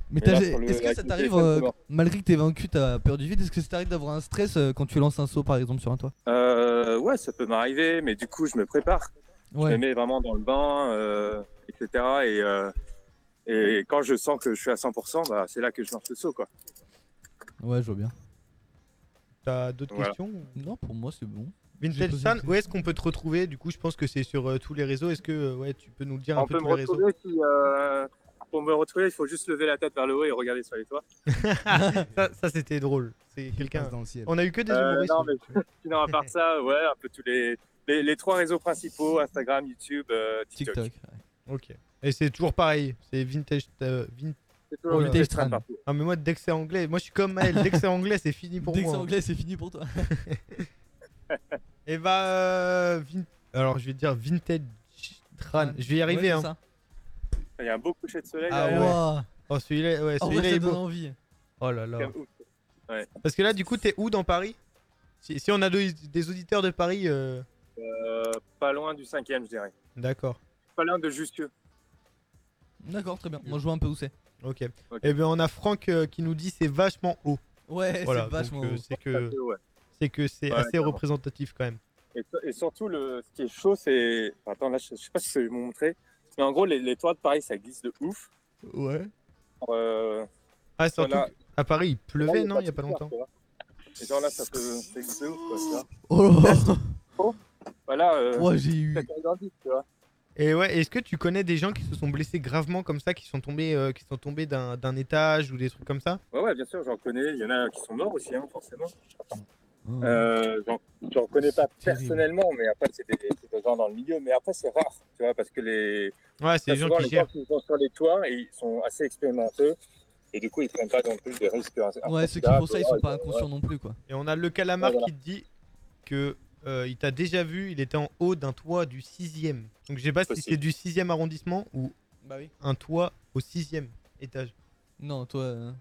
D: Mais
G: Et
D: t'as-
G: là, sur le-
D: est-ce que
G: la
D: ça
G: quitter,
D: t'arrive,
G: c'est un
D: euh,
G: peu mort.
D: malgré que t'es vaincu, t'as peur du vide, est-ce que ça t'arrive d'avoir un stress euh, quand tu lances un saut par exemple sur un toit
G: Euh, ouais, ça peut m'arriver, mais du coup, je me prépare. Je me
D: Ouais,
G: mets vraiment dans le bain, euh, etc. Et, euh, et quand je sens que je suis à 100%, bah, c'est là que je lance le saut, quoi.
D: ouais, je vois bien.
C: T'as d'autres
G: Voilà.
C: questions ou-
D: Non, pour moi c'est bon. J'ai
C: Vintage
D: posé
C: San,
D: une
C: où est-ce qu'on peut te retrouver Du coup, je pense que c'est sur euh, tous les réseaux. Est-ce que euh, ouais, tu peux nous le dire un
G: On
C: peu
G: peut me
C: tous les réseaux
G: retrouver si, euh, pour me retrouver, il faut juste lever la tête vers le haut et regarder sur les toits.
C: (laughs) Ça, ça, c'était drôle. C'est
E: Il
C: quelqu'un.
E: passe dans le ciel.
C: On a eu que des
G: Euh,
C: humoristes. hein,
G: non, Sinon, à part ça, ouais, un peu tous les, les, les trois réseaux principaux Instagram, YouTube, euh, TikTok.
D: TikTok.
C: Ok. Et c'est toujours pareil. C'est vintage. euh, vin-
G: C'est toujours
D: Oh,
G: le
D: Vintage
G: Vintage Tran
D: Tran.
G: partout.
C: Ah mais moi dès que c'est anglais, moi je suis comme Maël. dès que c'est anglais, c'est fini pour
D: Dès que
C: moi.
D: c'est
C: hein.
D: anglais, c'est fini pour toi.
C: Et bah, euh, vin- alors je vais dire vintage Tran. Je vais y arriver.
D: Ouais,
C: hein.
D: c'est ça.
G: Il y a un beau coucher de soleil.
D: Ah
G: derrière.
D: ouais.
C: Oh celui-là, ouais,
D: Ah ouais,
C: celui-là
D: ça
C: est
D: donne
C: beau.
D: envie.
C: Oh là là.
G: C'est ouf.
C: Parce que là, du coup, t'es où dans Paris si, si on a des des auditeurs de Paris, euh,
G: Euh, pas loin du cinquième, je dirais.
C: d'accord.
G: Pas loin de
C: Euh.
G: Jussieu.
D: D'accord, très bien. Moi je vois un peu où c'est.
C: Ok.
G: Ok.
C: Et bien on a Franck euh, qui nous dit c'est vachement haut.
D: Ouais,
C: Voilà,
D: Eh, c'est vachement.
C: donc, euh,
D: beau.
C: c'est que
G: Ouais.
C: c'est que c'est
G: Ouais,
C: assez
G: clairement.
C: représentatif quand même.
G: Et, et surtout, le, ce qui est chaud, c'est. Attends, là, je, je sais pas si je vais vous montrer. Mais en gros, les, les toits de Paris, ça glisse de ouf.
C: (laughs)
D: Ouais.
G: Euh,
C: Ah surtout
G: Voilà.
C: qu'à Paris il
G: là,
C: pleuvait non il y a
G: de
C: pas
G: pouvoir,
C: longtemps.
G: tu vois. Et genre là, ça peut. C'est glisse de ouf, quoi, tu vois.
D: Oh là là. (laughs)
G: Voilà, euh,
D: Oh, j'ai eu.
G: ça caille dans le vide, tu vois.
C: Et ouais est-ce que tu connais des gens qui se sont blessés gravement comme ça qui sont tombés euh, qui sont tombés d'un d'un étage ou des trucs comme ça
G: Ouais, ouais, bien sûr, j'en connais. Il y en a qui sont morts aussi, hein, forcément.
C: Mmh.
D: Oh.
G: Euh, j'en- j'en connais pas
D: Terrible.
G: personnellement, mais après, c'est des, c'est des gens dans le milieu. Mais après, c'est rare, tu vois, parce que les,
C: Ouais c'est
G: très
C: les gens
G: Bah, souvent, les
C: qui
G: gens
C: gèrent.
G: qui sont sur les toits, et ils sont assez expérimenteux. Et du coup, ils prennent pas non plus des risques. hein,
D: Ouais, ceux qui
G: Ah,
D: font ça, ils sont pas inconscients non plus quoi.
C: Et on a le calamar
G: Ouais, voilà.
C: qui te dit que euh, il t'a déjà vu il était en haut d'un toit du 6ème. Donc je sais pas si
G: Possible.
C: c'est du 6ème arrondissement ou
D: Bah oui.
C: un toit au 6ème étage.
D: Non, toi. euh,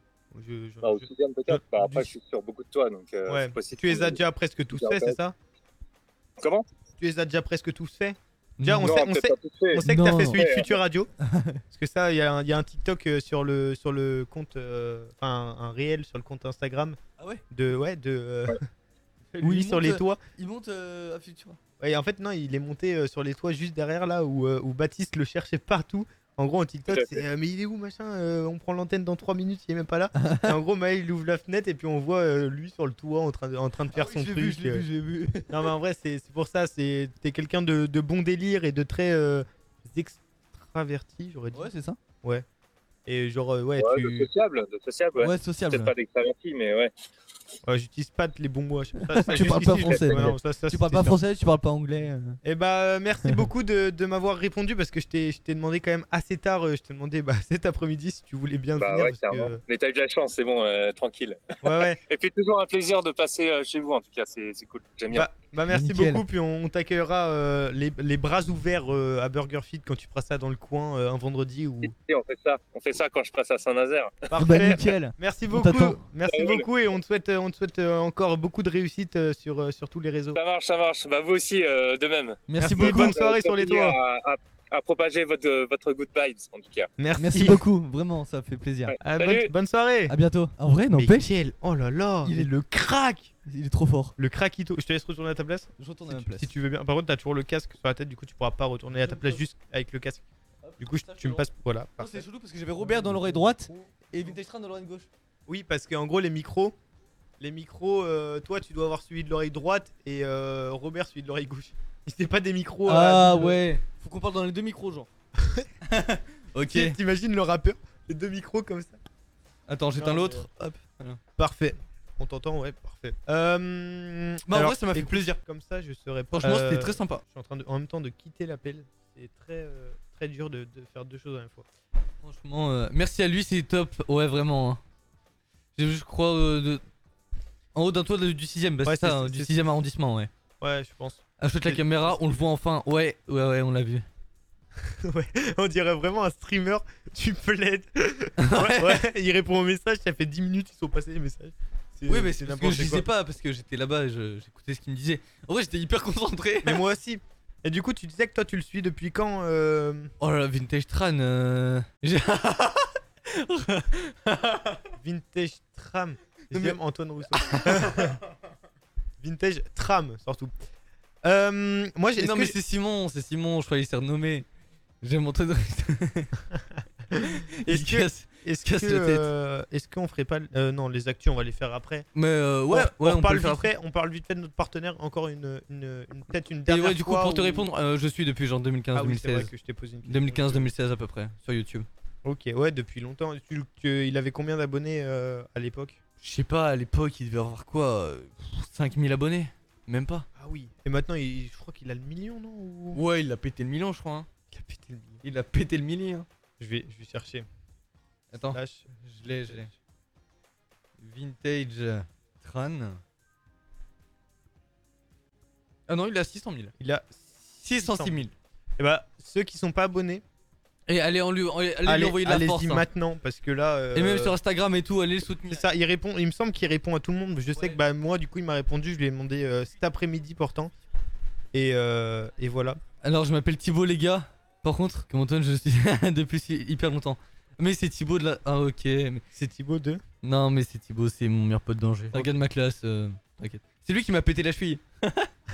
C: Je- je-
G: Bah, au
C: je-
G: sixième, peut-être.
C: Je-
G: Bah, après,
C: du-
G: je suis sur beaucoup de toits, donc. euh,
C: Ouais.
G: c'est possible
C: Tu
G: qu'on
C: les as
G: ait-
C: déjà presque tous
G: Plusieurs
C: faits, c'est ça
G: Comment
C: Tu les as déjà presque tous faits Déjà, Ah,
G: Non,
C: on sait-
G: peut-être
C: sait-
G: pas tout de suite.
C: On sait que t'as
D: Non.
C: fait celui de
G: Ouais.
C: Future
D: (laughs)
C: Radio. parce que ça, il y, a un- il y a un TikTok euh, sur le, sur le compte. euh, Enfin, un réel sur le compte Instagram.
D: Ah ouais
C: De. Ouais, de. euh, (laughs) lui
D: Oui, il
C: sur
D: monte,
C: les
D: euh,
C: toits.
D: Ils montent euh, à Futura.
C: Ouais, en fait, non, il est monté euh, sur les toits juste derrière là où, euh, où Baptiste le cherchait partout. En gros, en TikTok,
G: Tout à fait.
C: c'est euh, Mais il est où, machin Euh, On prend l'antenne dans 3 minutes, il est même pas là. et en gros, Maël, il ouvre la fenêtre et puis on voit euh, lui sur le toit en train de, en train de faire
D: Ah oui,
C: son
D: je l'ai
C: truc.
D: vu, je l'ai
C: euh.
D: vu, je l'ai vu.
C: (laughs) Non mais en vrai c'est c'est pour ça, c'est t'es quelqu'un de, de bon délire et de très euh, extraverti j'aurais dit.
D: Ouais, c'est ça.
C: Et genre euh, ouais,
G: Ouais,
C: tu...
G: de sociable, de sociable, ouais.
D: Ouais, sociable.
G: Peut-être pas d'extraverti, mais ouais.
C: ouais, j'utilise pas les bons mots. à chaque fois. Ça,
D: (laughs) Tu
C: juste
D: parles pas
C: ici, je-
D: français,
C: ouais, non, ça- ça,
D: Tu parles
C: c'était
D: pas
C: sûr.
D: français, tu parles pas anglais. euh.
C: Eh bah euh,
D: (laughs)
C: merci beaucoup de, de m'avoir répondu parce que je t'ai je t'ai demandé quand même assez tard, euh, je t'ai demandé bah, (laughs) cet après-midi si tu voulais bien
G: Bah
C: venir.
G: ouais,
C: parce
G: clairement.
C: que...
G: Mais t'as eu de la chance, c'est bon, euh, tranquille. (laughs)
C: Ouais ouais.
G: Et puis, toujours un plaisir de passer euh, chez vous, en tout cas, c'est c'est cool. J'aime bien.
C: Bah, bah, merci
D: Nickel.
C: beaucoup, puis on, on t'accueillera euh, les, les bras ouverts euh, à Burger Fit quand tu feras ça dans le coin euh, un vendredi
G: (laughs)
C: ou...
G: Et on fait ça, on fait ça quand je passe à Saint-Nazaire.
D: Bah
C: Parfait,
D: nickel.
C: Merci
D: On
C: beaucoup,
D: t'attend.
C: merci
G: Salut.
C: beaucoup et on te souhaite, euh, on te souhaite euh, encore beaucoup de réussite euh, sur, euh, sur tous les réseaux.
G: Ça marche, ça marche. Bah, vous aussi, euh, de même. Euh,
C: Merci
D: Merci beaucoup.
C: bonne soirée sur les
G: continuez
C: toits.
G: À, à- à propager votre, votre good vibes, en tout cas.
C: Merci, (laughs)
D: Merci beaucoup, vraiment, ça fait plaisir.
G: Ouais.
C: Ah,
G: Salut.
C: bonne, bonne soirée.
D: À bientôt. En vrai, n'empêche,
C: Michel, oh là là,
D: Il est
C: le crack,
D: il est trop fort.
C: le crackito. Je te laisse retourner à ta place
D: Je retourne à
C: si
D: ma
C: tu,
D: place.
C: si tu veux bien. Par contre, t'as toujours le casque sur la tête, du coup, tu pourras pas retourner à ta place juste avec le casque. Du coup, je- tu me passes. Voilà.
D: Non,
C: parfait.
D: C'est chelou parce que j'avais Robert dans l'oreille droite et Vintage Train dans l'oreille gauche.
C: Oui, parce qu'en gros, les micros, les micros, euh, toi, tu dois avoir celui de l'oreille droite et euh, Robert celui de l'oreille gauche. (laughs) C'était pas des micros. hein. à- (laughs)
D: Ah ouais. Faut qu'on parle dans les deux micros, genre. (laughs) ok.
C: T'imagines le rappeur, les deux micros comme ça.
D: Attends, j'éteins
C: Non,
D: l'autre. Hop. Voilà.
C: Parfait. On t'entend, ouais, parfait. Euh...
D: Bah, en
C: alors,
D: vrai, ça m'a fait
C: écoute,
D: plaisir.
C: Comme ça, je serais pas.
D: Franchement, c'était
C: euh,
D: très sympa.
C: Je suis en train de, en même temps de quitter l'appel. C'est très, euh, très dur de, de faire deux choses à la même fois.
D: Franchement, euh, merci à lui, c'est top. Ouais, vraiment. hein. J'ai vu, je crois, euh, de- en haut d'un toit de- du 6ème, bah,
C: Ouais,
D: c'est ça,
C: c'est-
D: hein,
C: c'est-
D: du 6ème arrondissement, ouais.
C: Ouais, je pense.
D: Achète la caméra, on le voit enfin. Ouais, ouais, ouais, on l'a vu.
C: On dirait vraiment un streamer tu
D: (laughs)
C: plaid. ouais, ouais, il répond aux messages, ça fait 10 minutes, ils sont passés les messages. C'est-
D: Oui, mais c'est parce que je
C: quoi.
D: disais pas, parce que j'étais là-bas, je- j'écoutais ce qu'il me disait. En vrai, j'étais hyper concentré.
C: Mais moi aussi. Et du coup, tu disais que toi, tu le suis depuis quand euh,
D: Oh là là, Vintage Tran. euh, (laughs) j'ai-
C: Vintage Tram.
D: Non,
C: J'aime
D: mais-
C: Antoine Rousseau. (laughs) Vintage Tram, surtout. Euh, moi, j'ai. est-ce
D: Non,
C: que
D: mais
C: j'ai-
D: c'est Simon, c'est Simon, je croyais qu'il s'est renommé. J'ai montré. (laughs)
C: Est-ce
D: Il
C: que-
D: casse.
C: Est-ce
D: casse
C: que,
D: la tête.
C: euh, est-ce qu'on ferait pas euh, non les actus on va les faire après.
D: Mais euh, ouais,
C: on,
D: ouais,
C: on
D: on peut
C: parle
D: le faire
C: vite
D: après.
C: fait, on parle vite fait de notre partenaire encore une une, une- peut-être une
D: Et
C: dernière
D: ouais, du coup,
C: fois
D: pour te
C: où-
D: répondre, euh, je suis depuis genre
C: Ah oui, c'est vrai
D: 2015-2016.
C: que je t'ai posé une question.
D: 2015-2016 à peu près, sur YouTube.
C: OK, ouais, depuis longtemps. Tu- tu- il avait combien d'abonnés euh, à l'époque
D: Je sais pas, à l'époque, il devait avoir quoi euh, 5000 abonnés Même pas.
C: Ah oui. Et maintenant, il- je crois qu'il a le million, non ou-
D: Ouais, il a pété le million, je crois. hein.
C: Il a pété le million.
D: Il a pété le million. hein.
C: Je vais je vais chercher.
D: Attends,
C: Slash
D: je l'ai, je l'ai. Vintage euh, Tran. Ah non, il a 600 000.
C: Il a
D: 606 000.
C: Et bah ceux qui sont pas abonnés,
D: Et allez, on lui, on- allez, lui
C: allez,
D: envoyer de la
C: allez-y
D: force. hein.
C: maintenant parce que là euh,
D: Et même sur Instagram et tout, allez le soutenir.
C: C'est ça, il répond, il me semble qu'il répond à tout le monde. Je sais que bah moi du coup il m'a répondu, je lui ai demandé euh, cet après-midi pourtant. Et, euh, et voilà.
D: Alors, je m'appelle Thibaut, les gars. Par contre, comme Antoine, je suis (laughs) depuis si- hyper longtemps. Mais c'est Thibaut de la. Ah, ok. mais-
C: C'est Thibaut 2.
D: Non, mais c'est Thibaut, c'est mon meilleur pote danger. Regarde ma classe, euh, t'inquiète. C'est lui qui m'a pété la (laughs) cheville.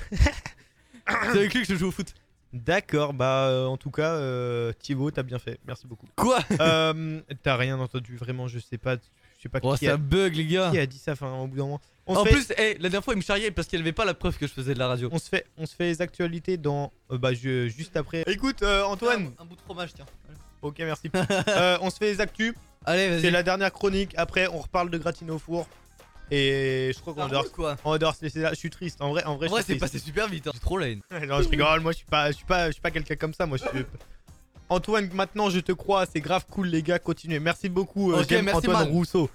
D: c'est avec lui que je joue au foot.
C: D'accord, bah euh, en tout cas euh, Thibaut, t'as bien fait. Merci beaucoup.
D: Quoi
C: Euh, t'as rien entendu vraiment, je sais pas, je sais pas
D: Oh,
C: qui,
D: ça
C: a,
D: bug, les gars.
C: qui a dit ça enfin au bout d'un moment. On
D: En
C: se fait-
D: plus, eh, la dernière fois, il me charriait parce qu'il avait pas la preuve que je faisais de la radio.
C: on se fait on se fait les actualités dans euh, bah je- juste après. Écoute euh, Antoine,
D: Ah, Un bout de fromage, tiens.
C: OK merci.
D: (laughs)
C: Euh, on se fait les actus,
D: Allez, vas-y.
C: c'est la dernière chronique, après on reparle de gratino au four et je crois qu'on
D: Ça
C: dort
D: roule, quoi.
C: On va devoir se laisser là. Je suis triste. En vrai, en vrai,
D: Ah. En vrai,
C: je suis triste.
D: c'est passé super vite. hein. J'ai trop la haine.
C: (laughs) non, je rigole. Moi, je suis pas, je suis pas, je suis pas quelqu'un comme ça. Moi, je suis. Antoine, maintenant, je te crois. C'est grave cool, les gars. Continuez. Merci beaucoup. euh,
D: Ok,
C: j'aime
D: merci,
C: Antoine
D: man.
C: Rousseau.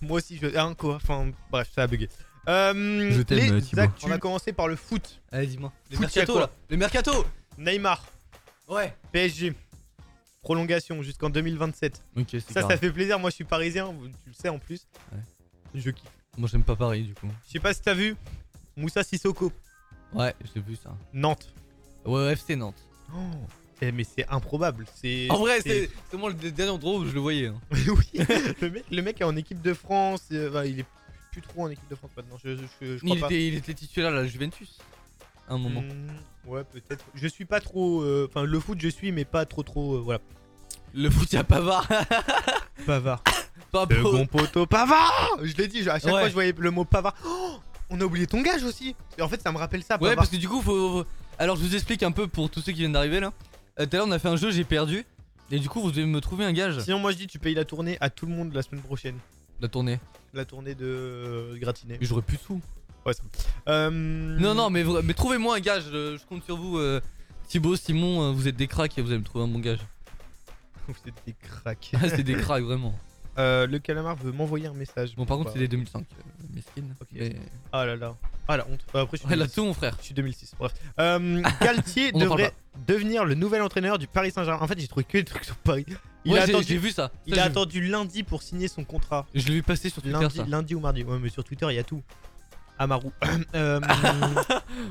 C: Moi aussi, je. Hein, quoi Enfin, bref, ça a bugué. Euh,
D: Je t'aime,
C: les
D: Thibaut.
C: actus. On a commencé par le foot.
D: Allez, dis-moi. Le
C: Foot, y a
D: mercato,
C: quoi
D: là. Le mercato
C: Neymar,
D: Ouais.
C: PSG. Prolongation jusqu'en 2027.
D: Ok, c'est
C: Ça,
D: grave.
C: ça fait plaisir. Moi, je suis parisien. Tu le sais en plus.
D: Ouais.
C: Je kiffe.
D: Moi, j'aime pas Paris, du coup.
C: Je sais pas si t'as vu. Moussa Sissoko,
D: Ouais, j'ai vu ça.
C: Nantes.
D: Ouais, ouais, FC Nantes.
C: Oh. Eh, mais c'est improbable. C'est.
D: En vrai,
C: c'est-
D: c'est c'est vraiment le dernier endroit où je le voyais. hein.
C: (laughs) oui, le mec, le mec est en équipe de France. euh, enfin, il est plus trop en équipe de France maintenant. Je, je, je- je crois
D: Il,
C: pas.
D: était, il était titulaire à la Juventus. À un moment.
C: Hmm, ouais, peut-être. Je suis pas trop. euh, Enfin, le foot, je suis, mais pas trop trop. euh, voilà.
D: Le foot, y'a Pavard. (laughs)
C: Pavard.
D: Pavard.
C: Second poteau. Pavard Ah, Je l'ai dit, je- à chaque
D: Ouais.
C: fois, je voyais le mot Pavard. Oh, on a oublié ton gage aussi. Et en fait, ça me rappelle ça.
D: Ouais,
C: Pavard.
D: parce que du coup, faut. faut- Alors, je vous explique un peu pour tous ceux qui viennent d'arriver là. Euh, Tout à l'heure, on a fait un jeu, j'ai perdu. Et du coup, vous devez me trouver un gage.
C: Sinon, moi, je dis, tu payes la tournée à tout le monde la semaine prochaine.
D: La tournée.
C: La tournée de euh, gratiné.
D: Mais j'aurais plus de sous.
C: Ouais, ça. Euh,
D: Non, non, mais, vra- mais trouvez-moi un gage. euh, Je compte sur vous. euh, Thibaut, Simon, euh, vous êtes des cracks et vous allez me trouver un bon gage. (laughs)
C: Vous êtes des cracks.
D: Ah, c'est des cracks, vraiment.
C: Euh, le calamar veut m'envoyer un message.
D: Bon, par contre,
C: Bah,
D: c'est des 2005. euh, Mesquine.
C: Ok.
D: Mais...
C: Ah là là. Ah la honte. Bah, après, je suis
D: Ouais, là,
C: désolé.
D: tout, mon frère.
C: Je suis 2006, bref.
D: (laughs)
C: Euh, Galtier
D: On en parle
C: devrait devenir le nouvel entraîneur du Paris Saint-Germain. En fait, j'ai trouvé que des trucs sur Paris. Il
D: Ouais,
C: a
D: j'ai- J'ai
C: attendu,
D: vu ça.
C: il
D: Ça,
C: a
D: j'ai-
C: attendu lundi pour signer son contrat.
D: Je l'ai vu passer sur Twitter,
C: Lundi,
D: ça.
C: lundi ou mardi. Ouais, mais sur Twitter, il y a tout. Amaru. (clears throat) euh,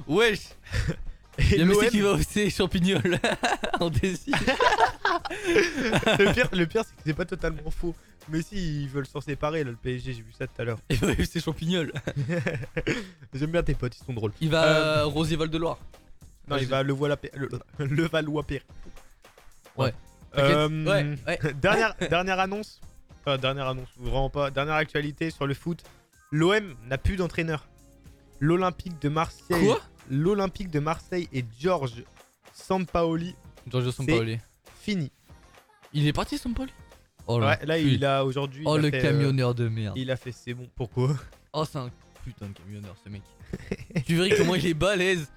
D: Wesh.
C: et
D: (laughs) Il y a
C: l'OM,
D: Messi qui va
C: (laughs)
D: aussi champignol en désir.
C: le pire, le pire, c'est que c'est pas totalement faux. Mais si, ils veulent s'en séparer, là, le PSG, j'ai vu ça tout à l'heure. (laughs)
D: Et ouais, c'est champignol.
C: J'aime bien tes potes, ils sont drôles.
D: Il va à Rosieval de Loire.
C: Euh, Non,
D: Ouais,
C: il
D: je-
C: va le voilà, le, le Valois Perret.
D: Ouais.
C: Euh,
D: Ouais, ouais.
C: (laughs) Dernière, dernière annonce. Enfin, dernière annonce, vraiment pas. Dernière actualité sur le foot. L'OM n'a plus d'entraîneur. L'Olympique de Marseille.
D: Quoi
C: L'Olympique de Marseille et Georges Sampaoli
D: Giorgio Sampaoli.
C: fini.
D: Il est parti, Sampaoli Oh
C: Ouais,
D: là,
C: là, il a aujourd'hui.
D: Oh
C: il a
D: le
C: fait, euh,
D: camionneur de merde.
C: il a fait c'est bon. Pourquoi
D: Oh, c'est un putain de camionneur
C: (laughs)
D: ce mec. tu verrais comment il est balèze.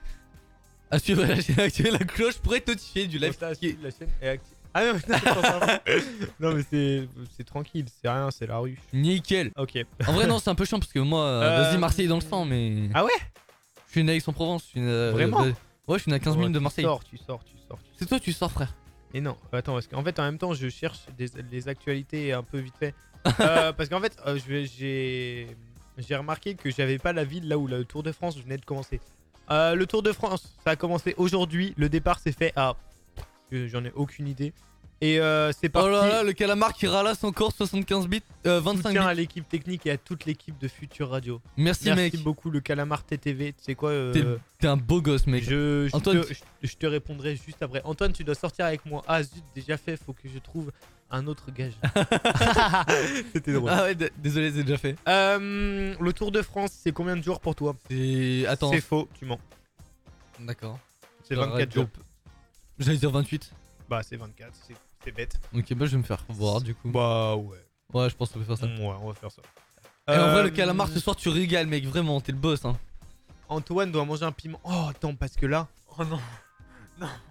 D: À suivre (laughs) la chaîne, activer la cloche pour être notifié
C: (laughs)
D: du live.
C: La chaîne est active. Ah non, non, c'est pas ça. (laughs) non mais c'est c'est tranquille, c'est rien, c'est la rue.
D: Nickel.
C: Ok.
D: En vrai, non, c'est un peu chiant parce que moi, euh,
C: Euh,
D: vas-y, Marseille est dans le sang, mais.
C: Ah ouais
D: Je Je suis né à Aix-en-Provence. je suis né à-
C: Vraiment
D: euh, Ouais, je suis né à 15 minutes de Marseille.
C: Tu sors, tu sors, tu sors. tu sors.
D: C'est toi, tu sors, frère.
C: Et non, attends, parce qu'en fait, en même temps, je cherche des, les actualités un peu vite
D: (laughs)
C: fait. Euh, parce qu'en fait, euh, je vais- j'ai j'ai remarqué que j'avais pas la ville là où le Tour de France venait de commencer. Euh, le Tour de France, ça a commencé aujourd'hui. Le départ s'est fait à. euh, J'en ai aucune idée. Et euh, c'est parti.
D: Oh là là, le calamar qui ralasse encore 75 bits, euh, 25 bits.
C: Soutien à l'équipe technique et à toute l'équipe de Future Radio.
D: Merci,
C: Merci
D: mec.
C: beaucoup, le Calamar TTV. Tu sais quoi euh,
D: T'es- T'es un beau gosse, mec.
C: je, je
D: Antoine,
C: te, je- je te répondrai juste après. Antoine, tu dois sortir avec moi. Ah zut, déjà fait, faut que je trouve un autre
D: (laughs)
C: gage. C'était drôle.
D: Ah ouais, d- désolé, c'est déjà fait.
C: Euh, le Tour de France, c'est combien de jours pour toi
D: C'est. Attends.
C: C'est faux, tu mens.
D: D'accord.
C: C'est 24 jours.
D: J'allais dire 28.
C: Bah, c'est 24, c'est- c'est bête.
D: Ok, bah je vais me faire voir du coup.
C: Bah, ouais.
D: Ouais, je pense qu'on peut faire ça.
C: Ouais, on va faire ça.
D: Et en vrai, le
C: Euh,
D: calamar ce soir, tu régales, mec. Vraiment, t'es le boss. Hein.
C: Antoine doit manger un piment. Oh, attends, parce que là.
D: Oh non.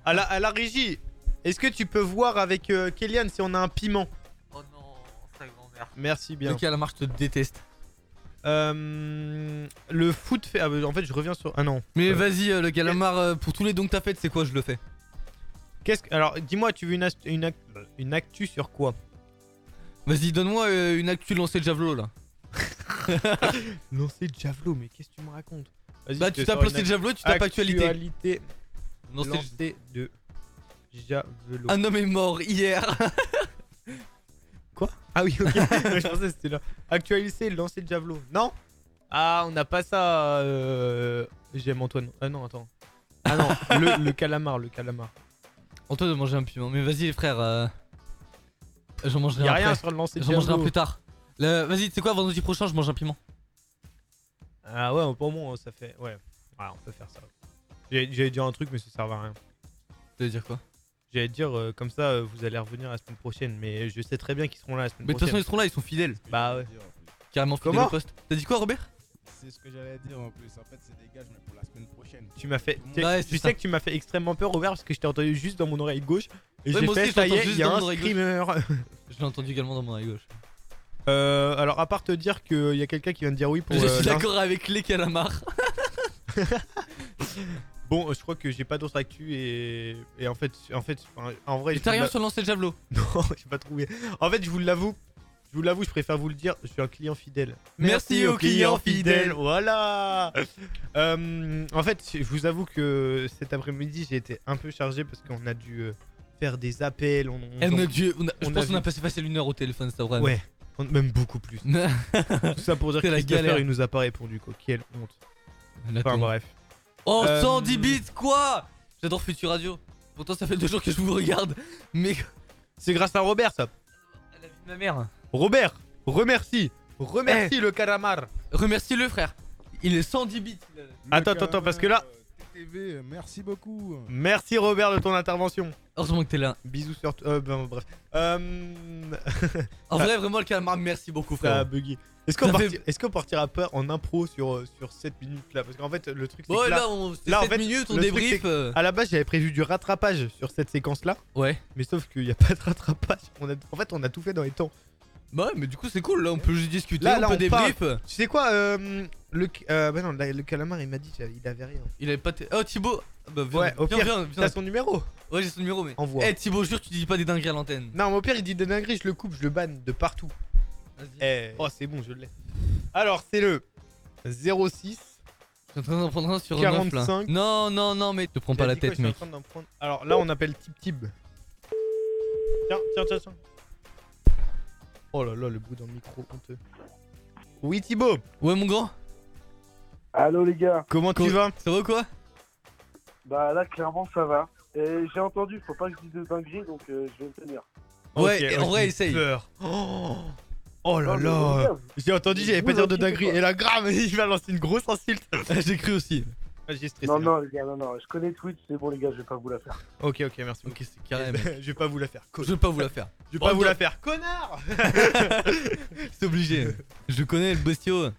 C: À la, à la régie, est-ce que tu peux voir avec euh, Kélian si on a un piment
D: Oh non, sa grand-mère.
C: Merci bien.
D: Le calamar, je te déteste.
C: Euh, le foot fait. ah, bah, en fait, je reviens sur. Ah non.
D: Mais
C: Euh,
D: vas-y, euh, le calamar, euh, pour tous les dons que t'as fait, c'est quoi, je le fais.
C: Qu'est-ce que... Alors, dis-moi, tu veux une, ast- une, act- euh, une actu sur quoi
D: Vas-y, donne-moi euh, une actu de lancer de javelot là.
C: Lancer de javelot, mais qu'est-ce que tu me racontes Vas-y,
D: Bah,
C: je te
D: tu tapes
C: sors une
D: lancer de
C: act-
D: javelot, tu tapes actualité.
C: Actualité,
D: Lancer de-
C: lancer de javelot.
D: Un homme est mort hier. (laughs)
C: Ah oui, ok. (laughs) je pensais que c'était là. Actualité, lancer de javelot. Non Ah, on n'a pas ça. euh, J'aime Antoine. Ah non, attends. Ah non, le, le calamar, le calamar.
D: Antoine de manger un piment. Mais vas-y, frère. euh, J'en mangerai
C: Y'a
D: un
C: rien
D: après.
C: sur le lancer de
D: J'en mangerai un
C: javelot.
D: plus tard. Le- Vas-y, tu sais quoi, vendredi prochain, je mange un piment.
C: Ah ouais, pour moi, ça fait. Ouais. Ouais, on peut faire ça. J'ai- J'allais dire un truc, mais ça sert à rien.
D: Tu veux dire quoi
C: J'allais dire, euh, comme ça, euh, vous allez revenir la semaine prochaine, mais je sais très bien qu'ils seront là la semaine
D: Mais de toute façon,
C: prochaine.
D: ils seront là, ils sont fidèles.
C: Bah ouais.
D: Carrément fidèles
C: Comment
D: au poste. T'as dit quoi, Robert
E: C'est ce que j'allais dire en plus. En fait, c'est des gages, mais pour la semaine prochaine.
C: Tu m'as fait. Tu,
D: Ouais,
C: tu
D: c'est ça.
C: sais que tu m'as fait extrêmement peur, Robert, parce que je t'ai entendu juste dans mon oreille gauche. Et
D: Ouais,
C: j'ai
D: moi
C: fait,
D: aussi, je
C: ça y
D: t'entends
C: est, il
D: juste
C: y a
D: dans
C: un
D: mon oreille gauche.
C: screamer.
D: (laughs) Je l'ai entendu également dans mon oreille gauche.
C: Euh, alors, à part te dire qu'il y a quelqu'un qui vient de dire oui pour.
D: je
C: euh,
D: suis
C: l'un-
D: d'accord avec les calamars.
C: Bon, euh, je crois que j'ai pas d'autres actus et. Et en fait, en, fait, enfin, en vrai.
D: Et
C: je
D: t'as
C: vous
D: rien
C: l'a-
D: sur le lancer de javelot.
C: Non, (laughs) j'ai pas trouvé. En fait, je vous l'avoue. Je vous l'avoue, je préfère vous le dire, je suis un client fidèle.
D: Merci aux clients fidèles.
C: Voilà (laughs) Euh, En fait, je vous avoue que cet après-midi, j'ai été un peu chargé parce qu'on a dû euh, faire des appels. On, on-
D: Eh mon dieu, on a- je
C: on a
D: pense qu'on a
C: vu.
D: passé facile une heure au téléphone, c'est (laughs) vrai.
C: Ouais, on- même beaucoup
D: (laughs)
C: plus. Tout ça pour dire que
D: C'est la
C: Christopher,
D: galère.
C: il nous a pas répondu, quoi. Quelle honte. Enfin,
D: Attends.
C: bref.
D: Oh,
C: Euh,
D: 110 bits, quoi J'adore Futur Radio. Pourtant, ça fait deux jours que je vous regarde. Mais.
C: C'est grâce à Robert, ça.
D: Elle a vu ma mère.
C: Robert, remercie Remercie
D: Eh.
C: le calamar
D: Remercie-le, frère. Il est 110 bits.
C: Attends, attends, attends, parce que là-
E: euh, TV, merci beaucoup.
C: Merci, Robert, de ton intervention.
D: Heureusement que t'es là.
C: Bisous sur... t- euh, ben, bref. Euh...
D: En
C: Ça-
D: vrai, vraiment, le calamar, merci beaucoup,
C: Ça a
D: frère.
C: bugué. Est-ce qu'on
D: Ça fait-
C: parti- est-ce qu'on partira pas en impro sur, euh, sur cette minute là Parce qu'en fait, le truc c'est
D: Ouais,
C: que là,
D: là, on. c'est
C: là, en
D: sept
C: fait,
D: minutes, on
C: le truc, c'est
D: débrief.
C: Ah.
D: euh,
C: à la base, j'avais prévu du rattrapage sur cette séquence là,
D: Ouais.
C: mais sauf qu'il n'y a (laughs) pas de rattrapage. On a... En fait, on a tout fait dans les temps.
D: Bah, ouais, mais du coup, c'est cool. Là, on peut juste discuter.
C: Là,
D: on
C: là,
D: peut
C: on
D: débrief.
C: Tu sais quoi euh, le... euh, bah non, la- le calamar il m'a dit qu'il avait rien.
D: Il avait pas. t- Oh, Thibaut. Ah, Bah, viens,
C: Ouais, au
D: viens,
C: pire,
D: viens, viens.
C: T'as son numéro
D: Ouais, j'ai son numéro, mais. Eh,
C: Envoie.
D: Thibaut, jure, tu dis pas des dingueries à l'antenne.
C: Non, mais au pire, il dit des dingueries, je le coupe, je le banne de partout.
D: Vas-y.
C: Eh, Oh, c'est bon, je l'ai. Alors, c'est le 06.
D: Je suis en train d'en prendre un sur 9 là.
C: 45.
D: Non, non, non, mais te prends pas
C: Il a
D: la
C: dit quoi,
D: tête,
C: je suis en
D: mec.
C: train d'en prendre- Alors là, on appelle Tip Tib. Tiens, tiens, tiens, tiens. Oh là là, le bruit dans le micro, honteux. Oui, Thibaut,
D: Ouais, mon grand,
F: Allô les gars,
C: comment
D: Cool.
C: tu vas
D: ça va ou quoi
F: bah là clairement ça va. Et j'ai entendu, faut pas que je dise de dinguerie donc euh, je vais me tenir.
D: Ouais,
C: Ok,
D: et en
C: oh,
D: vrai,
C: j'ai
D: essaye.
C: peur. Oh, oh
F: Non, Ah,
C: là
F: mais les
C: là.
F: gars, vous-
C: J'ai entendu, j'avais pas
F: Vous,
C: dire de
F: aussi, c'est
C: dinguerie.
F: quoi
C: Et là, grave, (laughs) il va lancer une grosse
D: (laughs)
C: insulte.
D: J'ai cru aussi.
C: Ah, J'ai stressé.
F: Non,
C: là.
F: non, les gars, non, non, je connais Twitch, c'est bon, les gars, je vais pas vous la faire.
C: Ok, ok, merci.
D: Ok, c'est
C: beaucoup.
D: carré, mec.
C: (laughs) je vais pas vous la faire.
D: Je
C: Cool.
D: vais pas vous la faire.
C: Je vais pas
D: Oh,
C: vous la
D: non.
C: faire, connard
D: (laughs)
C: (laughs)
D: C'est obligé. Je connais le bestio.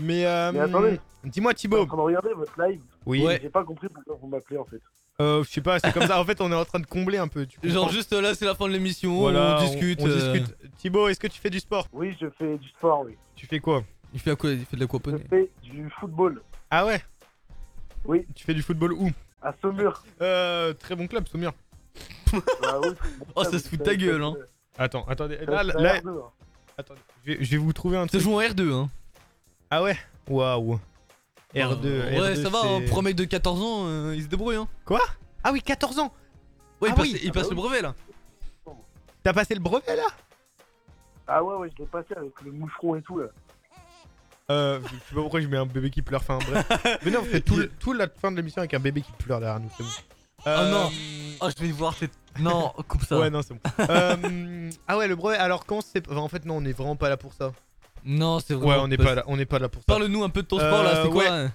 C: Mais, euh,
F: Mais attendez.
C: dis-moi
F: Je suis en
C: Thibaut.
F: train de regarder votre live,
C: Oui.
D: Ouais.
F: j'ai pas compris pourquoi vous m'appelez en fait.
C: Euh, je sais pas, c'est comme ça. En fait, on est en train de combler un peu. tu
D: Genre,
C: comprends
D: juste euh, là, c'est la fin de l'émission.
C: Oh. Voilà,
D: on discute.
C: On,
D: euh,
C: discute. Thibaut, est-ce que tu fais du sport
F: Oui, je fais du sport, oui.
C: Tu fais quoi
D: Il fait, à quoi, il fait
F: Je
D: de l'aquaponie.
F: fais du football.
C: Ah ouais
F: Oui.
C: Tu fais du football où
F: À Saumur.
C: euh, Très bon club, Saumur.
F: Bah oui, c'est bon,
D: Oh, ça se fout de ta gueule, hein.
C: Attends, attendez.
F: Ça-
C: Là, là,
F: ça a
C: là,
F: l'air de, hein.
C: attendez. Je vais, je vais vous trouver un
D: Ça
C: truc.
D: joue en R2, hein.
C: Ah ouais Waouh. R2.
D: Euh, Ouais,
C: R2,
D: ça va, hein,
C: c'est-
D: pour un mec de 14 ans, euh, il se débrouille, hein.
C: Ah oui, 14 ans
D: Ouais,
C: Ah
D: il passe,
C: oui.
D: il passe le brevet là.
C: T'as passé le brevet là
F: Ah ouais, ouais, je l'ai passé avec le moucheron et tout, là.
C: Euh, je sais pas pourquoi je mets un bébé qui pleure. Enfin
D: (laughs)
C: bref. Mais non, on fait tout, le- tout la fin de l'émission avec un bébé qui pleure derrière nous. C'est bon.
D: Oh
C: Euh,
D: non Oh, je vais voir cette. Non, (laughs) coupe ça.
C: Ouais, non, c'est bon. Euh, ah ouais, le brevet. Alors, quand c'est. enfin, en fait, non, on est vraiment pas là pour ça.
D: Non, c'est vrai.
C: Ouais, on est pas là, on est pas là pour ça.
D: Parle-nous un peu de ton sport là,
C: Euh,
D: c'est quoi
C: ouais.
D: hein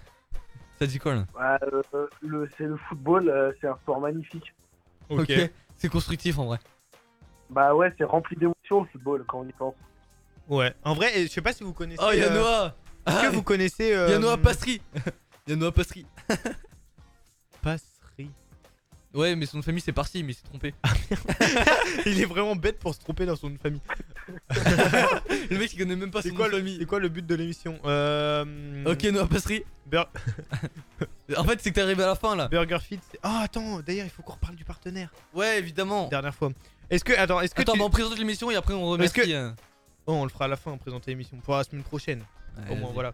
D: Ça dit quoi là
F: Bah, euh, le, c'est le football, euh, c'est un sport magnifique.
C: Ok.
D: C'est constructif en vrai.
F: Bah ouais, c'est rempli d'émotions, le football, quand on y pense.
C: Ouais. En vrai, eh, je sais pas si vous connaissez.
D: Oh,
C: euh,
D: Yanoa
C: Est-ce
D: Ah,
C: que vous connaissez. euh,
D: Yanoa Passerie (laughs) Yanoa Passerie
C: Passerie.
D: Ouais, mais son nom de famille c'est parti, mais il s'est trompé. (laughs)
C: Il est vraiment bête pour se tromper dans son famille.
D: le mec il connaît même pas Ah, son
C: C'est
D: nom
C: quoi,
D: de
C: le...
D: famille.
C: c'est quoi le but de l'émission euh...
D: Ok, Yanoa Passerie
C: Bur-
D: En fait, c'est que t'arrives à la fin là.
C: Burger Fit. c'est- Oh, attends, d'ailleurs, il faut qu'on reparle du partenaire.
D: Ouais, évidemment.
C: Dernière fois. Est-ce que. Attends, est-ce que.
D: Attends,
C: tu-
D: bah, on présente l'émission et après on remercie.
C: Est-ce que-
D: hein.
C: Oh, on le fera à la fin, présenter l'émission. Pour la semaine prochaine.
D: Ouais,
C: Au moins,
D: vas-y.
C: voilà.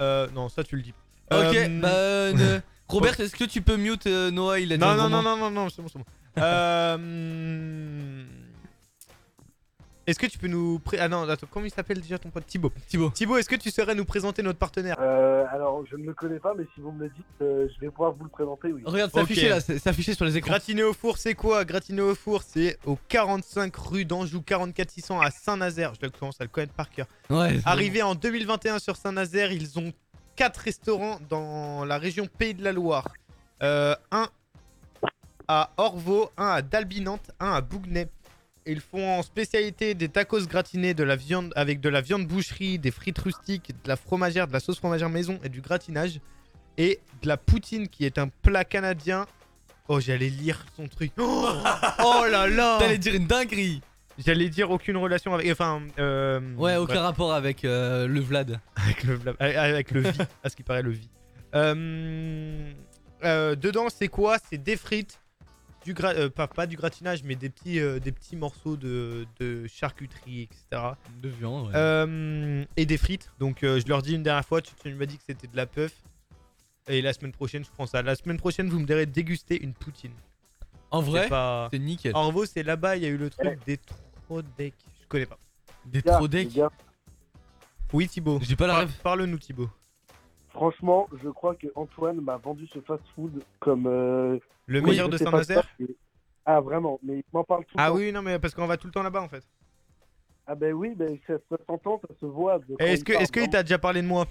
C: Euh, non, ça, tu le dis.
D: Ok,
C: Euh,
D: bah. euh, Robert, est-ce que tu peux mute euh, Noah Il a dit
C: Non,
D: un gros
C: non, non,
D: mot.
C: non, non, non, c'est bon, c'est bon. Euh, hum, Est-ce que tu peux nous. pré- Ah non, attends, comment il s'appelle déjà ton pote Thibaut
D: Thibaut.
C: Thibaut, est-ce que tu saurais nous présenter notre partenaire
F: Euh, alors, je ne le connais pas, mais si vous me le dites, euh, je vais pouvoir vous le présenter, oui.
D: Regarde, c'est
C: Ok.
D: affiché là, c'est c'est affiché sur les écrans.
C: Gratiné au four, c'est quoi Gratiné au four, c'est au 45 rue d'Anjou, 44 600 à Saint-Nazaire. Je commence à le connaître par cœur.
D: Ouais.
C: Arrivé en 2021 sur Saint-Nazaire, ils ont 4 restaurants dans la région Pays de la Loire. Euh, un à Orvaux, un à Dalby-Nantes, un à Bouguenay. Ils font en spécialité des tacos gratinés, de la viande avec de la viande boucherie, des frites rustiques, de la fromagère, de la sauce fromagère maison et du gratinage. Et de la poutine qui est un plat canadien. Oh, j'allais lire son
D: (laughs)
C: truc. Oh, Oh là là
D: T'allais dire une dinguerie.
C: J'allais dire aucune relation avec. Enfin. euh,
D: Mm. Ouais,
C: bref.
D: aucun rapport avec euh, le Vlad.
C: Avec le, blab- avec- avec
D: (laughs)
C: le vie, à ce qui paraît le vie. Euh, euh, dedans, c'est quoi C'est des frites, du gra- euh, pas, pas du gratinage, mais des petits, euh, des petits morceaux de, de charcuterie, etc.
D: De viande, ouais.
C: Euh, et des frites. Donc, euh, je leur dis une dernière fois, tu, tu m'as dit que c'était de la puff. Et la semaine prochaine, je prends ça. La semaine prochaine, vous me direz déguster une poutine.
D: en vrai,
C: C'est pas...
D: c'est Oh, nickel.
C: Orvo, c'est là-bas, il y a eu le truc des trop decks. Je connais pas.
D: Des
F: Les gars,
D: trop
F: les gars,
C: Oui, Thibaut.
D: J'ai pas la
C: Par-
D: rêve.
C: Parle-nous, Thibaut.
F: Franchement, je crois que Antoine m'a vendu ce fast-food comme. euh,
C: Le
F: oui,
C: meilleur
F: je
C: de
F: sais pas
C: Saint-Nazaire
F: quoi, mais- Ah, vraiment, mais il m'en parle tout le
C: Ah
F: temps.
C: oui, non, mais parce qu'on va tout le temps là-bas en fait.
F: Ah, ben oui, ben, ça ça s'entend, ça se voit.
D: Oh,
F: de quand
C: Est-ce
F: il
C: que,
F: parle,
C: est-ce qu'il
F: vraiment.
C: t'a déjà parlé de moi